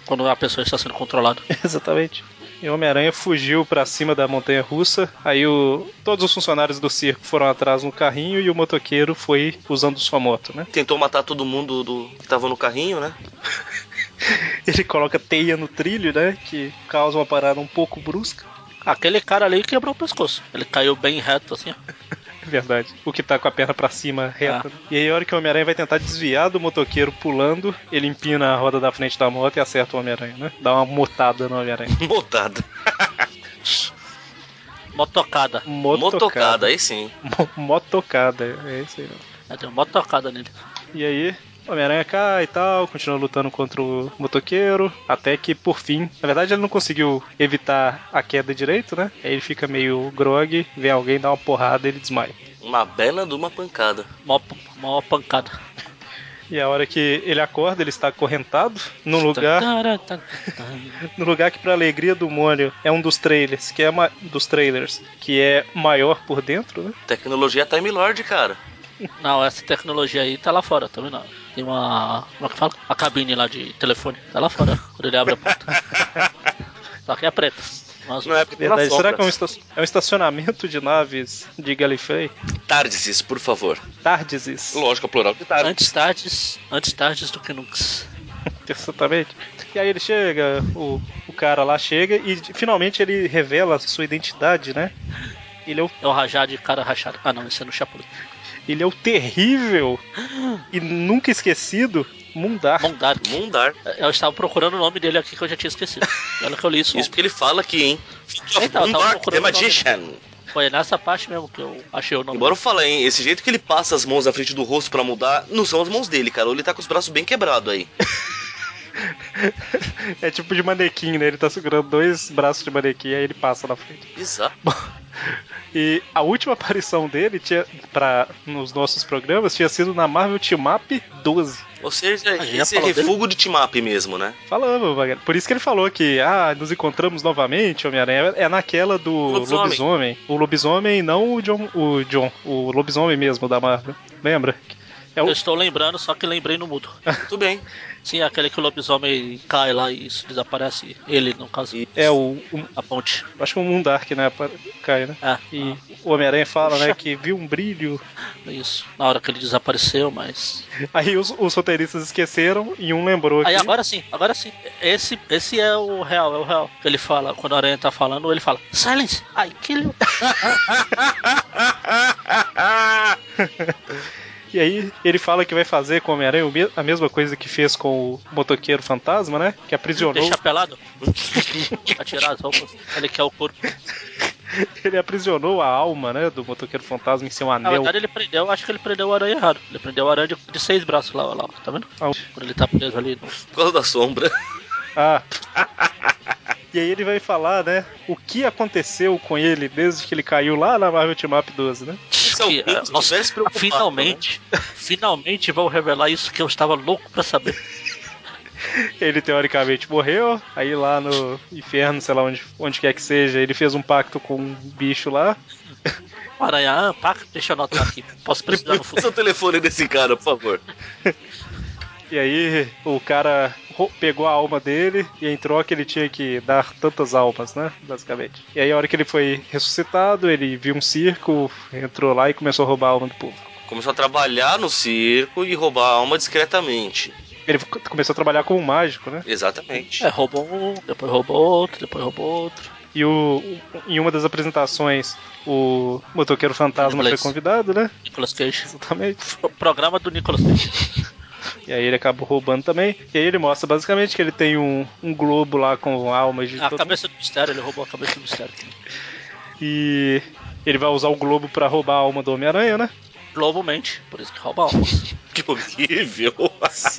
Speaker 2: Quando a pessoa está sendo controlada.
Speaker 1: Exatamente. E o Homem-Aranha fugiu pra cima da montanha russa. Aí o... todos os funcionários do circo foram atrás no carrinho e o motoqueiro foi usando sua moto, né? *laughs*
Speaker 3: Tentou matar todo mundo do que tava no carrinho, né? *laughs*
Speaker 1: Ele coloca teia no trilho, né? Que causa uma parada um pouco brusca.
Speaker 2: Aquele cara ali quebrou o pescoço. Ele caiu bem reto, assim, ó.
Speaker 1: É Verdade. O que tá com a perna pra cima reta. né? E aí, a hora que o Homem-Aranha vai tentar desviar do motoqueiro pulando, ele empina a roda da frente da moto e acerta o Homem-Aranha, né? Dá uma motada no Homem-Aranha.
Speaker 3: Botada.
Speaker 2: Motocada.
Speaker 3: Motocada, aí sim.
Speaker 1: Mo- Motocada, é isso aí. mesmo.
Speaker 2: É, tem uma motocada nele.
Speaker 1: E aí, Homem-Aranha cai e tal, continua lutando contra o motoqueiro, até que por fim, na verdade ele não conseguiu evitar a queda direito, né? Aí ele fica meio grog, vem alguém dar uma porrada e ele desmaia.
Speaker 3: Uma bela de uma pancada.
Speaker 2: Mó, p- mó pancada.
Speaker 1: E a hora que ele acorda, ele está acorrentado num lugar
Speaker 2: Tarará,
Speaker 1: no lugar que pra alegria do Mônio é um dos trailers, que é ma- dos trailers, que é maior por dentro, né?
Speaker 3: Tecnologia Time Lord, cara.
Speaker 2: Não, essa tecnologia aí tá lá fora, tá vendo? Tem uma. Como é que fala? A cabine lá de telefone. Tá lá fora, quando ele abre a porta. Só que é preta. Mas
Speaker 3: Não é porque
Speaker 1: Verdade.
Speaker 3: pelas
Speaker 1: Será que é um,
Speaker 3: sombras.
Speaker 1: esta- é um estacionamento de naves de Galifrey?
Speaker 3: Tardes, por favor.
Speaker 1: Tardeses,
Speaker 3: Lógico, é plural de tarde.
Speaker 2: antes tardes, antes tardes do que nunca.
Speaker 1: exatamente. E aí ele chega, o, o cara lá chega e de- finalmente ele revela a sua identidade, né? Ele é o,
Speaker 2: É o rajar de cara rachado. Ah não, esse é no Chapulin.
Speaker 1: ele é o terrível e nunca esquecido Mundar.
Speaker 2: Mondark.
Speaker 3: Mundar.
Speaker 2: Eu estava procurando o nome dele aqui que eu já tinha esquecido. E Olha que eu li isso.
Speaker 3: Isso porque ele fala aqui, hein?
Speaker 2: Então, eu tava
Speaker 3: Mundar,
Speaker 2: procurando
Speaker 3: The
Speaker 2: o nome.
Speaker 3: Magician.
Speaker 2: Foi nessa parte mesmo que eu achei o nome.
Speaker 3: Embora eu fale, hein? Esse jeito que ele passa as mãos na frente do rosto pra mudar, não são as mãos dele, cara. Ou ele tá com os braços bem quebrados aí.
Speaker 1: É tipo de manequim, né? Ele tá segurando dois braços de manequim e aí ele passa na frente.
Speaker 3: Bizarro.
Speaker 1: E a última *laughs* aparição dele tinha para nos nossos programas tinha sido na Marvel Team Up 12.
Speaker 3: Ou seja,
Speaker 2: A gente já
Speaker 3: esse é
Speaker 2: falou dele?
Speaker 3: refúgio de team-up mesmo, né?
Speaker 1: Falamos, Magalhães. Por isso que ele falou que ah, nos encontramos novamente, Homem-Aranha. É naquela do
Speaker 3: Lobisomem.
Speaker 1: lobisomem. O lobisomem, não o John, o John, o lobisomem mesmo da Marvel. Lembra? É
Speaker 2: Eu
Speaker 1: o,
Speaker 2: estou lembrando, só que lembrei no
Speaker 1: *laughs*
Speaker 2: mudo.
Speaker 3: Tudo bem.
Speaker 2: Sim, é aquele que o lobisomem cai lá e isso desaparece. Ele, no caso,
Speaker 3: E-
Speaker 1: é o, o-
Speaker 2: a ponte.
Speaker 1: acho que é o Mundark, né? Cai, né?
Speaker 2: Ah,
Speaker 1: E o Homem-Aranha fala, né,
Speaker 2: *laughs* Puxa.
Speaker 1: que viu um brilho.
Speaker 2: ah, Isso, na hora que ele desapareceu, mas.
Speaker 1: Aí os, os roteiristas esqueceram e um lembrou
Speaker 2: Aí
Speaker 1: aqui.
Speaker 2: agora sim, agora sim. Esse, esse é o real, é o real. Ele fala, quando a aranha tá falando, ele fala, Silence, I
Speaker 1: *laughs*
Speaker 2: kill you.
Speaker 1: E aí ele fala que vai fazer com o Homem-Aranha o me- a mesma coisa que fez com o motoqueiro fantasma, né? Que aprisionou.
Speaker 2: Deixa pelado. *laughs* Atirar as roupas. Ele quer o corpo.
Speaker 1: *laughs* Ele aprisionou a alma, né? Do motoqueiro fantasma em seu
Speaker 2: Na
Speaker 1: anel.
Speaker 2: verdade, ele prendeu, acho que ele prendeu o aranha errado. Ele prendeu o aranha de, de seis braços lá, ó lá, ó, tá vendo? Quando ele tá preso ali. no-
Speaker 3: Por causa da sombra.
Speaker 1: Ah. E aí ele vai falar, né? O que aconteceu com ele desde que ele caiu lá na Marvel Team Up 12, né?
Speaker 3: Se alguém
Speaker 2: Que, né? ah,
Speaker 3: estivesse
Speaker 2: nossa,
Speaker 3: preocupado,
Speaker 2: finalmente, *laughs* finalmente vão revelar isso que eu estava louco pra saber.
Speaker 1: Ele teoricamente morreu, aí lá no inferno, sei lá onde, onde quer que seja, ele fez um pacto com um bicho lá.
Speaker 2: Aranha, ah, pacto, deixa eu anotar aqui. Posso precisar no
Speaker 3: Seu
Speaker 2: futuro.
Speaker 3: telefone desse cara, por favor.
Speaker 1: E aí o cara rou- pegou a alma dele e em troca ele tinha que dar tantas almas, né? Basicamente. E aí a hora que ele foi ressuscitado, ele viu um circo, entrou lá e começou a roubar a alma do povo.
Speaker 3: Começou a trabalhar no circo e roubar a alma discretamente.
Speaker 1: Ele c- começou a trabalhar como mágico, né?
Speaker 2: *laughs*
Speaker 3: Exatamente.
Speaker 2: É, roubou um, depois roubou outro, depois roubou outro.
Speaker 1: E o, em uma das apresentações, o motoqueiro fantasma foi
Speaker 2: Blaze.
Speaker 1: convidado, né? *laughs*
Speaker 2: Nicolas Cage.
Speaker 1: Exatamente.
Speaker 2: O programa do Nicolas Cage.
Speaker 1: E aí ele acabou roubando também. E aí ele mostra basicamente que ele tem um, um globo lá com almas de
Speaker 2: *laughs* A
Speaker 1: todo
Speaker 2: cabeça do mistério, ele roubou a cabeça do mistério.
Speaker 1: E ele vai usar o globo pra roubar a alma do Homem-Aranha, né?
Speaker 2: Globo mente, por isso que rouba alma.
Speaker 1: É.
Speaker 3: *laughs* Que horrível.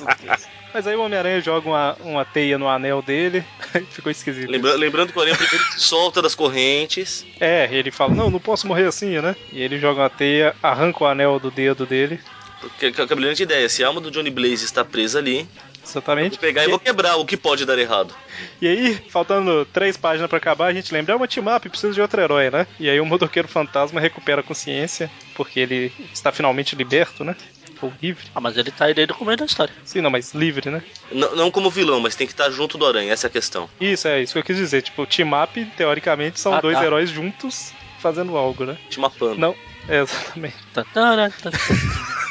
Speaker 1: *laughs* Mas aí o Homem-Aranha joga uma, uma teia no anel dele, *laughs* ficou esquisito.
Speaker 3: Lembra- lembrando que o Aranha primeiro se solta das correntes.
Speaker 1: É, ele fala, não, não posso morrer assim, né? E ele joga uma teia, arranca o anel do dedo dele,
Speaker 3: Porque que é a brilhante ideia. Se a alma do Johnny Blaze está presa ali,
Speaker 1: exatamente.
Speaker 3: vou pegar e vou quebrar o que pode dar errado.
Speaker 1: E aí, faltando três páginas pra acabar, a gente lembra, é uma team-up, precisa de outro herói, né? E aí o motoqueiro fantasma recupera a consciência, porque ele está finalmente liberto, né? Ou livre.
Speaker 2: Ah, mas ele tá aí desde o começo da história.
Speaker 1: Sim, não, mas livre, né?
Speaker 3: N- não como vilão, mas tem que estar junto do Aranha, essa é a questão.
Speaker 1: Isso, é isso que eu quis dizer. Tipo, team-up, teoricamente, são
Speaker 2: Ah,
Speaker 1: dois
Speaker 2: tá.
Speaker 1: heróis juntos fazendo algo, né?
Speaker 3: Te mapando.
Speaker 1: Não, é, *laughs* exatamente.
Speaker 2: Tá, tá,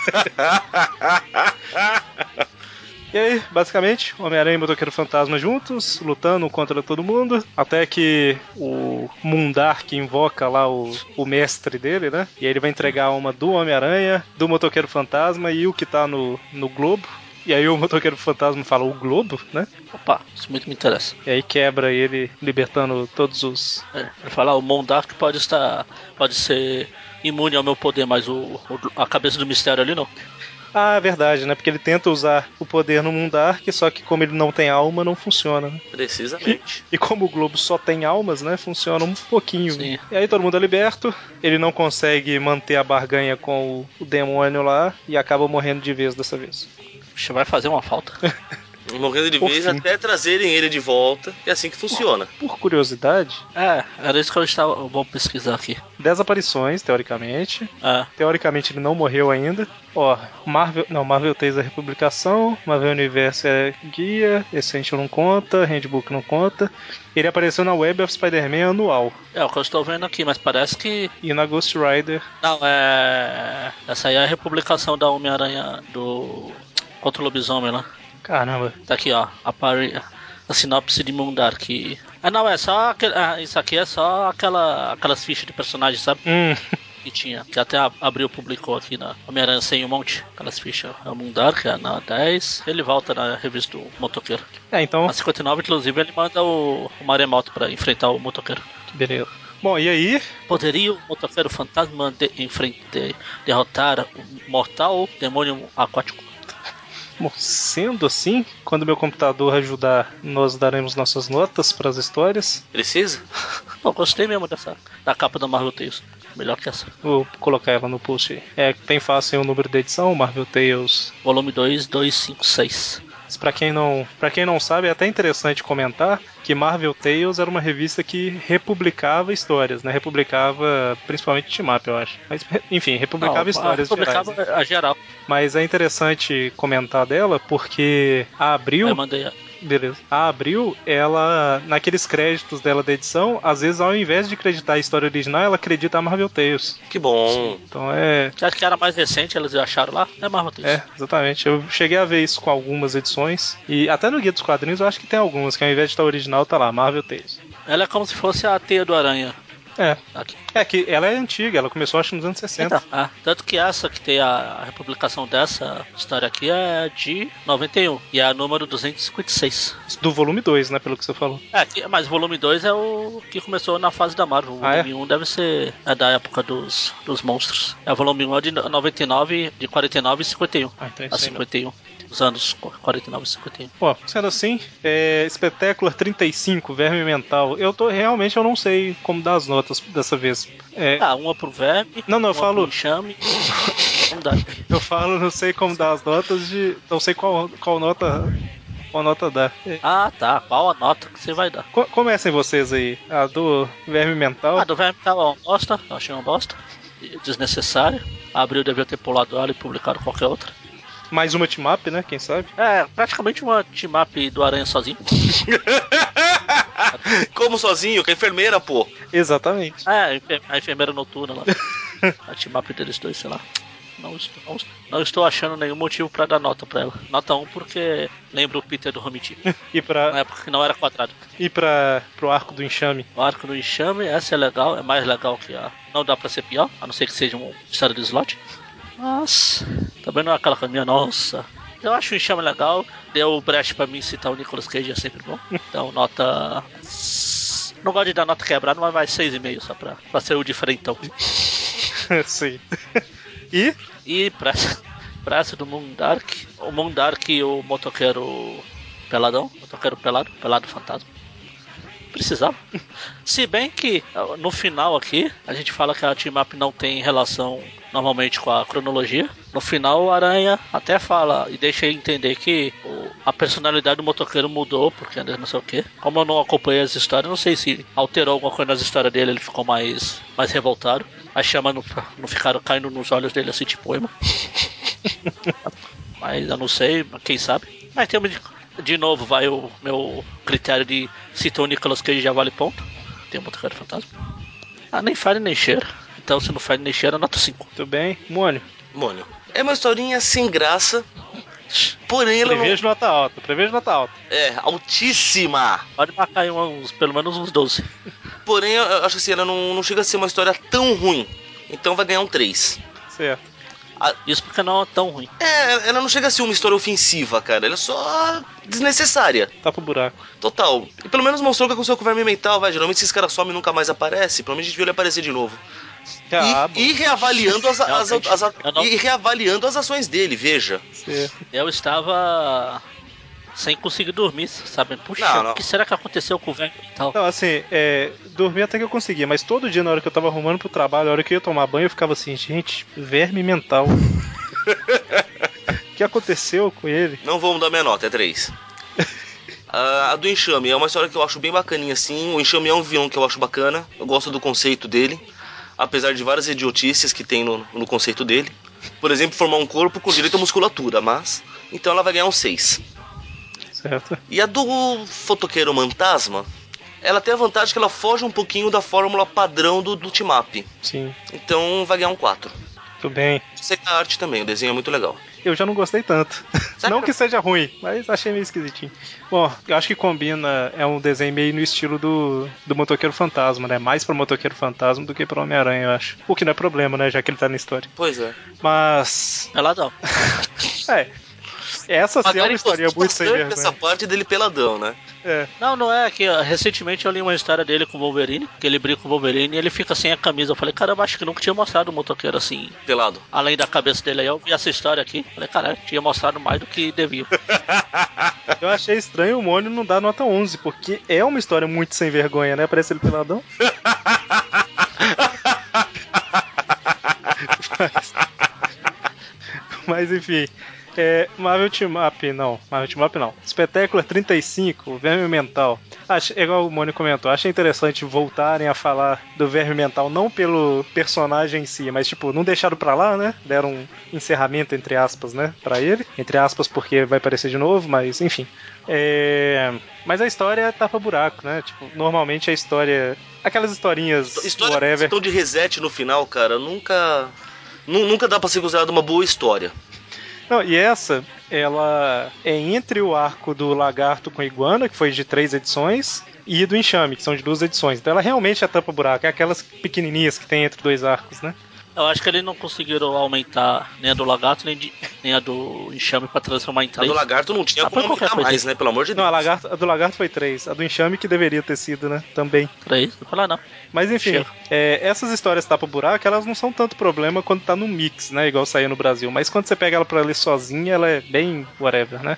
Speaker 2: tá, tá.
Speaker 1: E aí, basicamente, Homem-Aranha e Motoqueiro Fantasma juntos, lutando contra todo mundo, até que o Mundark invoca lá o, o mestre dele, né? E aí ele vai entregar uma do Homem-Aranha, do Motoqueiro Fantasma e o que tá no, no globo. E aí o motoqueiro fantasma fala o globo, né?
Speaker 2: Opa, isso muito me interessa.
Speaker 1: E aí quebra ele, libertando todos os.
Speaker 2: É, ele fala, ah, o Mondark pode estar. pode ser imune ao meu poder, mas o, o- a cabeça do mistério ali não.
Speaker 1: Ah, é verdade, né? Porque ele tenta usar o poder no Mundark, só que como ele não tem alma, não funciona, né?
Speaker 3: Precisamente.
Speaker 1: E como o globo só tem almas, né? Funciona um pouquinho.
Speaker 2: Sim.
Speaker 1: E aí todo mundo é liberto. Ele não consegue manter a barganha com o, o demônio lá e acaba morrendo de vez dessa vez.
Speaker 2: Puxa, vai fazer uma falta.
Speaker 3: Morrendo de
Speaker 1: Por
Speaker 3: vez
Speaker 1: fim.
Speaker 3: até trazerem ele de volta. É assim que funciona.
Speaker 1: Por curiosidade,
Speaker 2: É, era isso que eu estava. eu Vou pesquisar aqui.
Speaker 1: 10 aparições, teoricamente.
Speaker 2: É,
Speaker 1: Teoricamente ele não morreu ainda. Ó, Marvel. Não, Marvel 3 é republicação, Marvel Universo é guia, Essential não conta, Handbook não conta. Ele apareceu na Web of Spider-Man anual
Speaker 2: é o que eu estou vendo aqui, mas parece que.
Speaker 1: e na Ghost Rider.
Speaker 2: Não, é. Essa aí é a republicação da Homem-Aranha do. contra o lobisomem lá.
Speaker 1: Caramba,
Speaker 2: Tá aqui, ó. A, pari... a sinopse de Mondark. Ah, não, é só. aquele- ah, isso aqui é só aquela... aquelas fichas de personagem, sabe?
Speaker 1: Hum, *laughs*
Speaker 2: que tinha, que até a- abriu publicou aqui na Homem-Aranha sem um monte, aquelas fichas. É o Mundark, é na 10, ele volta na revista do motoqueiro.
Speaker 1: é, então,
Speaker 2: Na 59, inclusive, ele manda o, o maremoto pra enfrentar o motoqueiro.
Speaker 1: beleza. Bom, e aí?
Speaker 2: Poderia o motoqueiro fantasma de, enfrente- derrotar o mortal demônio aquático?
Speaker 1: Bom, sendo assim, quando meu computador ajudar, nós daremos nossas notas para as histórias.
Speaker 3: Precisa?
Speaker 2: Pô, gostei mesmo dessa, da capa da Marvel Tales. Melhor que essa.
Speaker 1: Vou colocar ela no post aí. É, tem fácil aí o número da edição, Marvel Tales
Speaker 2: Volume 2, 256.
Speaker 1: Mas Pra quem não, para quem não sabe, é até interessante comentar que Marvel Tales era uma revista que republicava histórias, né? Republicava principalmente team-up, eu acho. Mas enfim, republicava
Speaker 2: Não,
Speaker 1: histórias
Speaker 2: publicava
Speaker 1: gerais, né?
Speaker 2: a geral.
Speaker 1: Mas é interessante comentar dela porque a Abril,
Speaker 2: Aí mandei a-
Speaker 1: beleza. A Abril, ela naqueles créditos dela da edição, às vezes ao invés de acreditar a história original, ela acredita a Marvel Tales.
Speaker 3: Que bom.
Speaker 1: Então é
Speaker 2: Acho que era mais recente, eles acharam lá. É Marvel Tales.
Speaker 1: É, exatamente. Eu cheguei a ver isso com algumas edições. E até no Guia dos Quadrinhos eu acho que tem algumas, que ao invés de estar original, tá lá, Marvel Tales.
Speaker 2: Ela é como se fosse a teia do aranha.
Speaker 1: É.
Speaker 2: Aqui.
Speaker 1: É que ela é antiga, ela começou acho nos anos 60.
Speaker 2: Então, ah, tanto que essa que tem a, a republicação dessa história aqui é de 91 e é a número 256.
Speaker 1: Do volume 2, né? Pelo que você falou.
Speaker 2: É, que- mas o volume 2 é o que começou na fase da Marvel. O
Speaker 1: Ah, é?
Speaker 2: volume 1 deve ser é da época dos, dos monstros. É o volume 1 é de no- 99, de 49 e 51.
Speaker 1: Ah, então é isso
Speaker 2: a
Speaker 1: aí, né?
Speaker 2: 51. Os anos qu- 49 e 51.
Speaker 1: Bom, sendo assim, é, Espetáculo 35, Verme Mental. Eu tô realmente eu não sei como dar as notas dessa vez. É,
Speaker 2: Ah, uma pro verme.
Speaker 1: Não, não, eu
Speaker 2: uma
Speaker 1: falo-
Speaker 2: pro enxame. Não dá.
Speaker 1: eu falo, não sei como dar as notas de. Não sei qual, qual nota. Qual nota dá. É,
Speaker 2: Ah, tá. Qual a nota que você vai dar?
Speaker 1: co- comecem vocês aí. A do Verme Mental.
Speaker 2: Ah, do verme tava uma bosta, eu achei uma bosta. Desnecessária. Abril devia ter pulado ela e publicado qualquer outra.
Speaker 1: Mais uma team up, né? Quem sabe?
Speaker 2: É, praticamente uma team-up do Aranha sozinho.
Speaker 3: Como sozinho, com a enfermeira, pô.
Speaker 1: Exatamente.
Speaker 2: É, a enfer- a enfermeira noturna lá. A team-up deles dois, sei lá. Não estou, não, não estou achando nenhum motivo pra dar nota pra ela. Nota 1 porque lembra o Peter do Homem-T.
Speaker 1: E pra,
Speaker 2: Na época que não era quadrado.
Speaker 3: É.
Speaker 1: e pra, pro arco do enxame. *laughs*
Speaker 2: O arco do enxame, essa é legal, é mais legal que a. Não dá pra ser pior, a não ser que seja um história de slot. Mas. Também não é aquela caminha, nossa. Eu acho o enxame legal, deu brecha pra mim citar o Nicolas Cage, é sempre bom. Então, nota. Não gosto de dar nota quebrada, mas vai 6,5 só pra, pra ser o diferentão.
Speaker 1: Sim. E
Speaker 2: E *laughs* praça, praça do Mundark. O Mundark e o motoqueiro peladão. Motoqueiro pelado. Pelado fantasma. Precisava. Se bem que ah, no final aqui, a gente fala que a team up não tem relação normalmente com a cronologia. No final, o Aranha até fala e deixa ele entender que o- a personalidade do motoqueiro mudou, porque não sei o que. Como eu não acompanhei as histórias, não sei se alterou alguma coisa nas histórias dele, ele ficou mais, mais revoltado. As chamas não, não ficaram caindo nos olhos dele assim, tipo, poema. Mas eu não sei, quem sabe. Mas temos de, de novo, vai o meu critério de citou o Nicolas Cage já vale ponto. Tem um motoqueiro fantasma. Ah, nem fale nem cheira. Então se não fale nem cheira, nota 5.
Speaker 1: tudo bem, Mônio.
Speaker 3: Mônio. É uma historinha sem graça, porém ela não...
Speaker 1: Prevejo nota alta, prevejo nota alta.
Speaker 3: é altíssima.
Speaker 2: Pode marcar aí uns, pelo menos uns 12.
Speaker 3: Porém, eu- eu acho assim, ela não, não chega a ser uma história tão ruim. Então vai ganhar um 3.
Speaker 1: Certo.
Speaker 3: A-
Speaker 2: Isso porque não é tão ruim.
Speaker 3: É, ela não chega a ser uma história ofensiva, cara. Ela é só desnecessária.
Speaker 1: Tá pro buraco.
Speaker 3: Total. E pelo menos mostrou que aconteceu com o verme mental, vai. Geralmente esses caras somem e nunca mais aparecem. Pelo menos a gente viu ele aparecer de novo. E-
Speaker 1: Cabo,
Speaker 3: e, reavaliando as,
Speaker 2: Não,
Speaker 3: as- as- as-
Speaker 2: eu não-
Speaker 3: e reavaliando as ações dele, veja.
Speaker 1: você-
Speaker 2: Eu estava sem conseguir dormir, sabe? Puxa,
Speaker 3: Não, não.
Speaker 2: o que será que aconteceu com o velho e tal?
Speaker 1: Não, assim, é, dormir até que eu conseguia, mas todo dia na hora que eu tava arrumando pro trabalho, na hora que eu ia tomar banho, eu ficava assim, gente, verme
Speaker 3: *laughs*
Speaker 1: mental. O que aconteceu com ele?
Speaker 3: Não vou mudar minha nota, é 3. a do Enxame é uma história que eu acho bem bacaninha, assim. O Enxame é um vilão que eu acho bacana. Eu gosto do conceito dele. Apesar de várias idiotices que tem no, no conceito dele. Por exemplo, formar um corpo com direito à musculatura, mas... Então ela vai ganhar um 6.
Speaker 1: Certo?
Speaker 3: E a do Fotoqueiro Fantasma... Ela tem a vantagem que ela foge um pouquinho da fórmula padrão do, do Timap.
Speaker 1: Sim,
Speaker 3: Então vai ganhar um 4.
Speaker 1: tudo bem.
Speaker 3: Sei que a arte também, o desenho é muito legal.
Speaker 1: Eu já não gostei tanto.
Speaker 3: Sabe
Speaker 1: Não
Speaker 3: que-
Speaker 1: que seja ruim, mas achei meio esquisitinho. Bom, eu acho que combina, é um desenho meio no estilo do, do Motoqueiro Fantasma, né? Mais pro Motoqueiro Fantasma do que pro Homem-Aranha, eu acho. O que não é problema, né? Já que ele tá na história.
Speaker 3: Pois é.
Speaker 1: Mas
Speaker 2: Peladão.
Speaker 1: É. Essa sim é uma história muito sem
Speaker 3: Essa
Speaker 1: vergonha.
Speaker 3: parte dele peladão, né?
Speaker 1: É.
Speaker 2: Não, não é que ó, recentemente eu li uma história dele com o Wolverine, que ele briga com o Wolverine e ele fica sem a camisa. Eu falei, caramba, acho que nunca tinha mostrado o motoqueiro assim,
Speaker 3: Pelado.
Speaker 2: além da cabeça dele aí. Eu vi essa história aqui, falei, caralho, tinha mostrado mais do que devia.
Speaker 1: Eu achei estranho o Mônio não dar nota 11, porque é uma história muito sem vergonha, né? Parece ele peladão. mas, mas, enfim. É, Marvel Team Up, não. Marvel Team Up, não. é Espetáculo 35, Verme Mental. Acho, é igual o Mônio comentou, achei interessante voltarem a falar do Verme Mental, não pelo personagem em si, mas, tipo, não deixaram pra lá, né? Deram um encerramento, entre aspas, né? Pra ele. Entre aspas, porque vai aparecer de novo, mas, enfim. É... Mas a história tapa buraco, né? Tipo, normalmente a história... Aquelas historinhas
Speaker 3: História que
Speaker 1: whatever...
Speaker 3: estão de reset no final, cara, nunca. nu- Nunca dá pra ser considerada uma boa história.
Speaker 1: Não, e essa, ela é entre o arco do Lagarto com Iguana, que foi de três edições, e do Enxame, que são de duas edições. Então ela realmente é tampa buraco, é aquelas pequenininhas que tem entre dois arcos, né?
Speaker 2: Eu acho que eles não conseguiram aumentar nem a do lagarto, nem, de- nem a do enxame pra transformar em
Speaker 3: A do
Speaker 2: três.
Speaker 3: Lagarto não tinha
Speaker 2: Ah,
Speaker 3: como
Speaker 2: põe qualquer
Speaker 3: aumentar
Speaker 2: coisa.
Speaker 3: mais, né? Pelo amor de
Speaker 1: Não,
Speaker 3: Deus.
Speaker 1: a, lagarto, a do Lagarto foi três, a do Enxame que deveria ter sido, né? Também.
Speaker 2: Três, não falar não.
Speaker 1: Mas enfim,
Speaker 2: Chega.
Speaker 1: é, essas histórias tapa buraco, elas não são tanto problema quando tá no mix, né? Igual saiu no Brasil. Mas quando você pega ela pra ler sozinha, ela é bem whatever, né?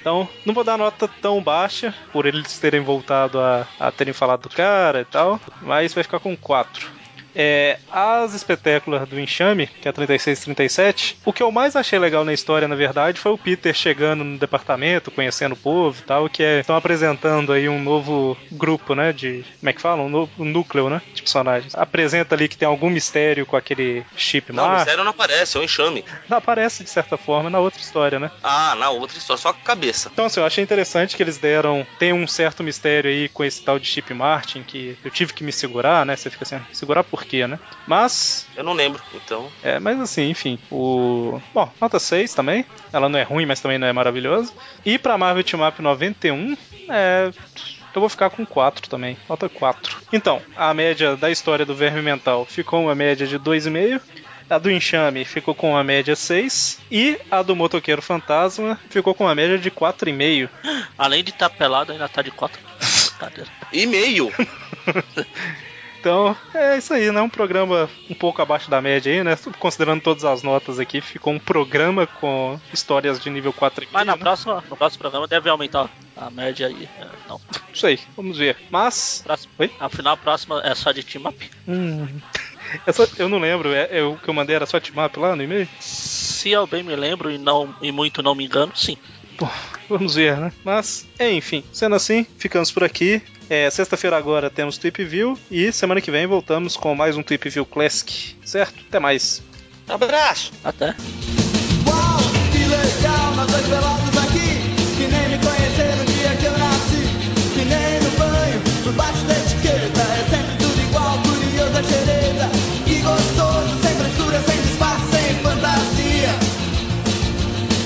Speaker 1: Então, não vou dar nota tão baixa por eles terem voltado a, a terem falado do cara e tal, mas vai ficar com 4. É, as espetáculas do Enxame, que é 36 e 37, o que eu mais achei legal na história, na verdade, foi o Peter chegando no departamento, conhecendo o povo e tal, que é- estão apresentando aí um novo grupo, né, de... como é que fala? Um novo núcleo, né, de personagens. Apresenta ali que tem algum mistério com aquele chip
Speaker 3: Não, o
Speaker 1: lá.
Speaker 3: mistério não aparece, é um enxame.
Speaker 1: Aparece, de certa forma, na outra história, né?
Speaker 3: Ah, na outra história, só com a cabeça.
Speaker 1: Então, assim, eu achei interessante que eles deram. Tem um certo mistério aí com esse tal de Chip Martin, que eu tive que me segurar, né? Você fica assim, segurar por quê, né? Mas,
Speaker 3: Eu não lembro, então.
Speaker 1: é, mas assim, enfim, o. Bom, nota 6 também. Ela não é ruim, mas também não é maravilhosa. E pra Marvel Team Up 91, é. Eu vou ficar com 4 também, nota 4. Então, a média da história do Verme Mental ficou uma média de 2,5. A do Enxame ficou com uma média 6. E a do Motoqueiro Fantasma ficou com uma média de 4,5.
Speaker 2: Além de estar pelado, ainda tá de quatro. Brincadeira.
Speaker 3: E meio.
Speaker 1: Então, é isso aí, né? Um programa um pouco abaixo da média aí, né? Considerando todas as notas aqui, ficou um programa com histórias de nível 4 e
Speaker 2: Mas na
Speaker 1: meio, né?
Speaker 2: próxima, no próximo programa deve aumentar a média aí. É, não.
Speaker 1: Isso aí, vamos ver. Mas.
Speaker 2: Próximo.
Speaker 1: Oi?
Speaker 2: Afinal, a próxima é só de team up.
Speaker 1: Hum. é só- *laughs* eu não lembro, é, é o que eu mandei era só timap lá no e-mail?
Speaker 2: Se eu bem me lembro e não e muito não me engano, sim.
Speaker 1: Bom, vamos ver, né? Mas, enfim, sendo assim, ficamos por aqui. É, Sexta-feira agora temos Tweep View e semana que vem voltamos com mais um Tweep View Classic, certo? Até mais.
Speaker 3: Abraço.
Speaker 2: Até.
Speaker 4: Uau, que legal, nós dois pelados aqui Que nem me conheceram o dia que eu nasci Que nem no banho, por baixo da etiqueta É sempre tudo igual, curiosa xereza Que gostoso, sem frescura, sem disfarce, sem fantasia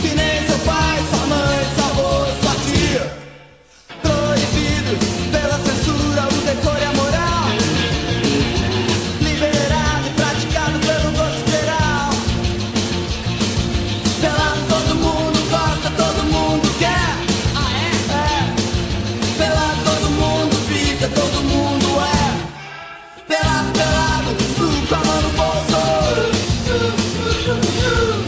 Speaker 4: Que nem seu pai, sua mãe, sua avô, sua tia Proibido pela censura, o decor e a moral Liberado e praticado pelo gosto geral Ah, é? é.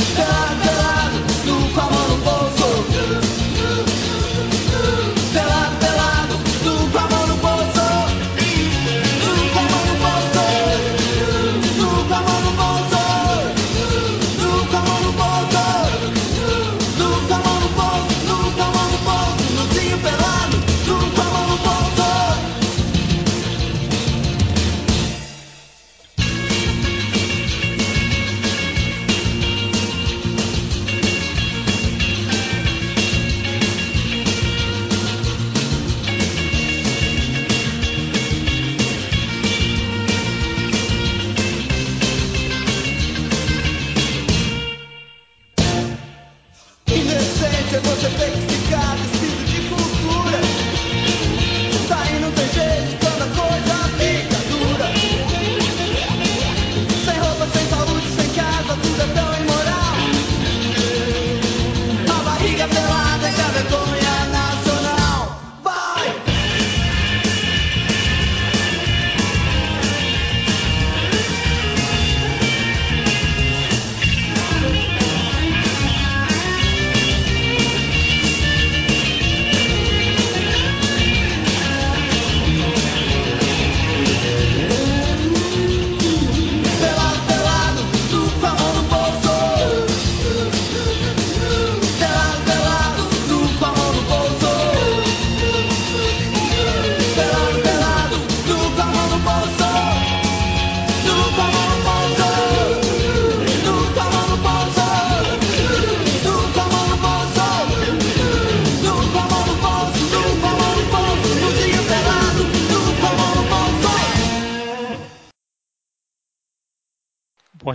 Speaker 4: Tá é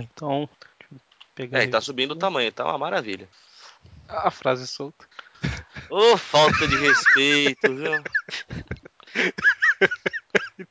Speaker 1: Pô,
Speaker 4: é
Speaker 1: então. deixa eu pegar
Speaker 3: É, e tá
Speaker 1: aqui.
Speaker 3: subindo o tamanho, tá uma maravilha.
Speaker 1: A frase solta.
Speaker 3: Ô, falta de respeito, viu?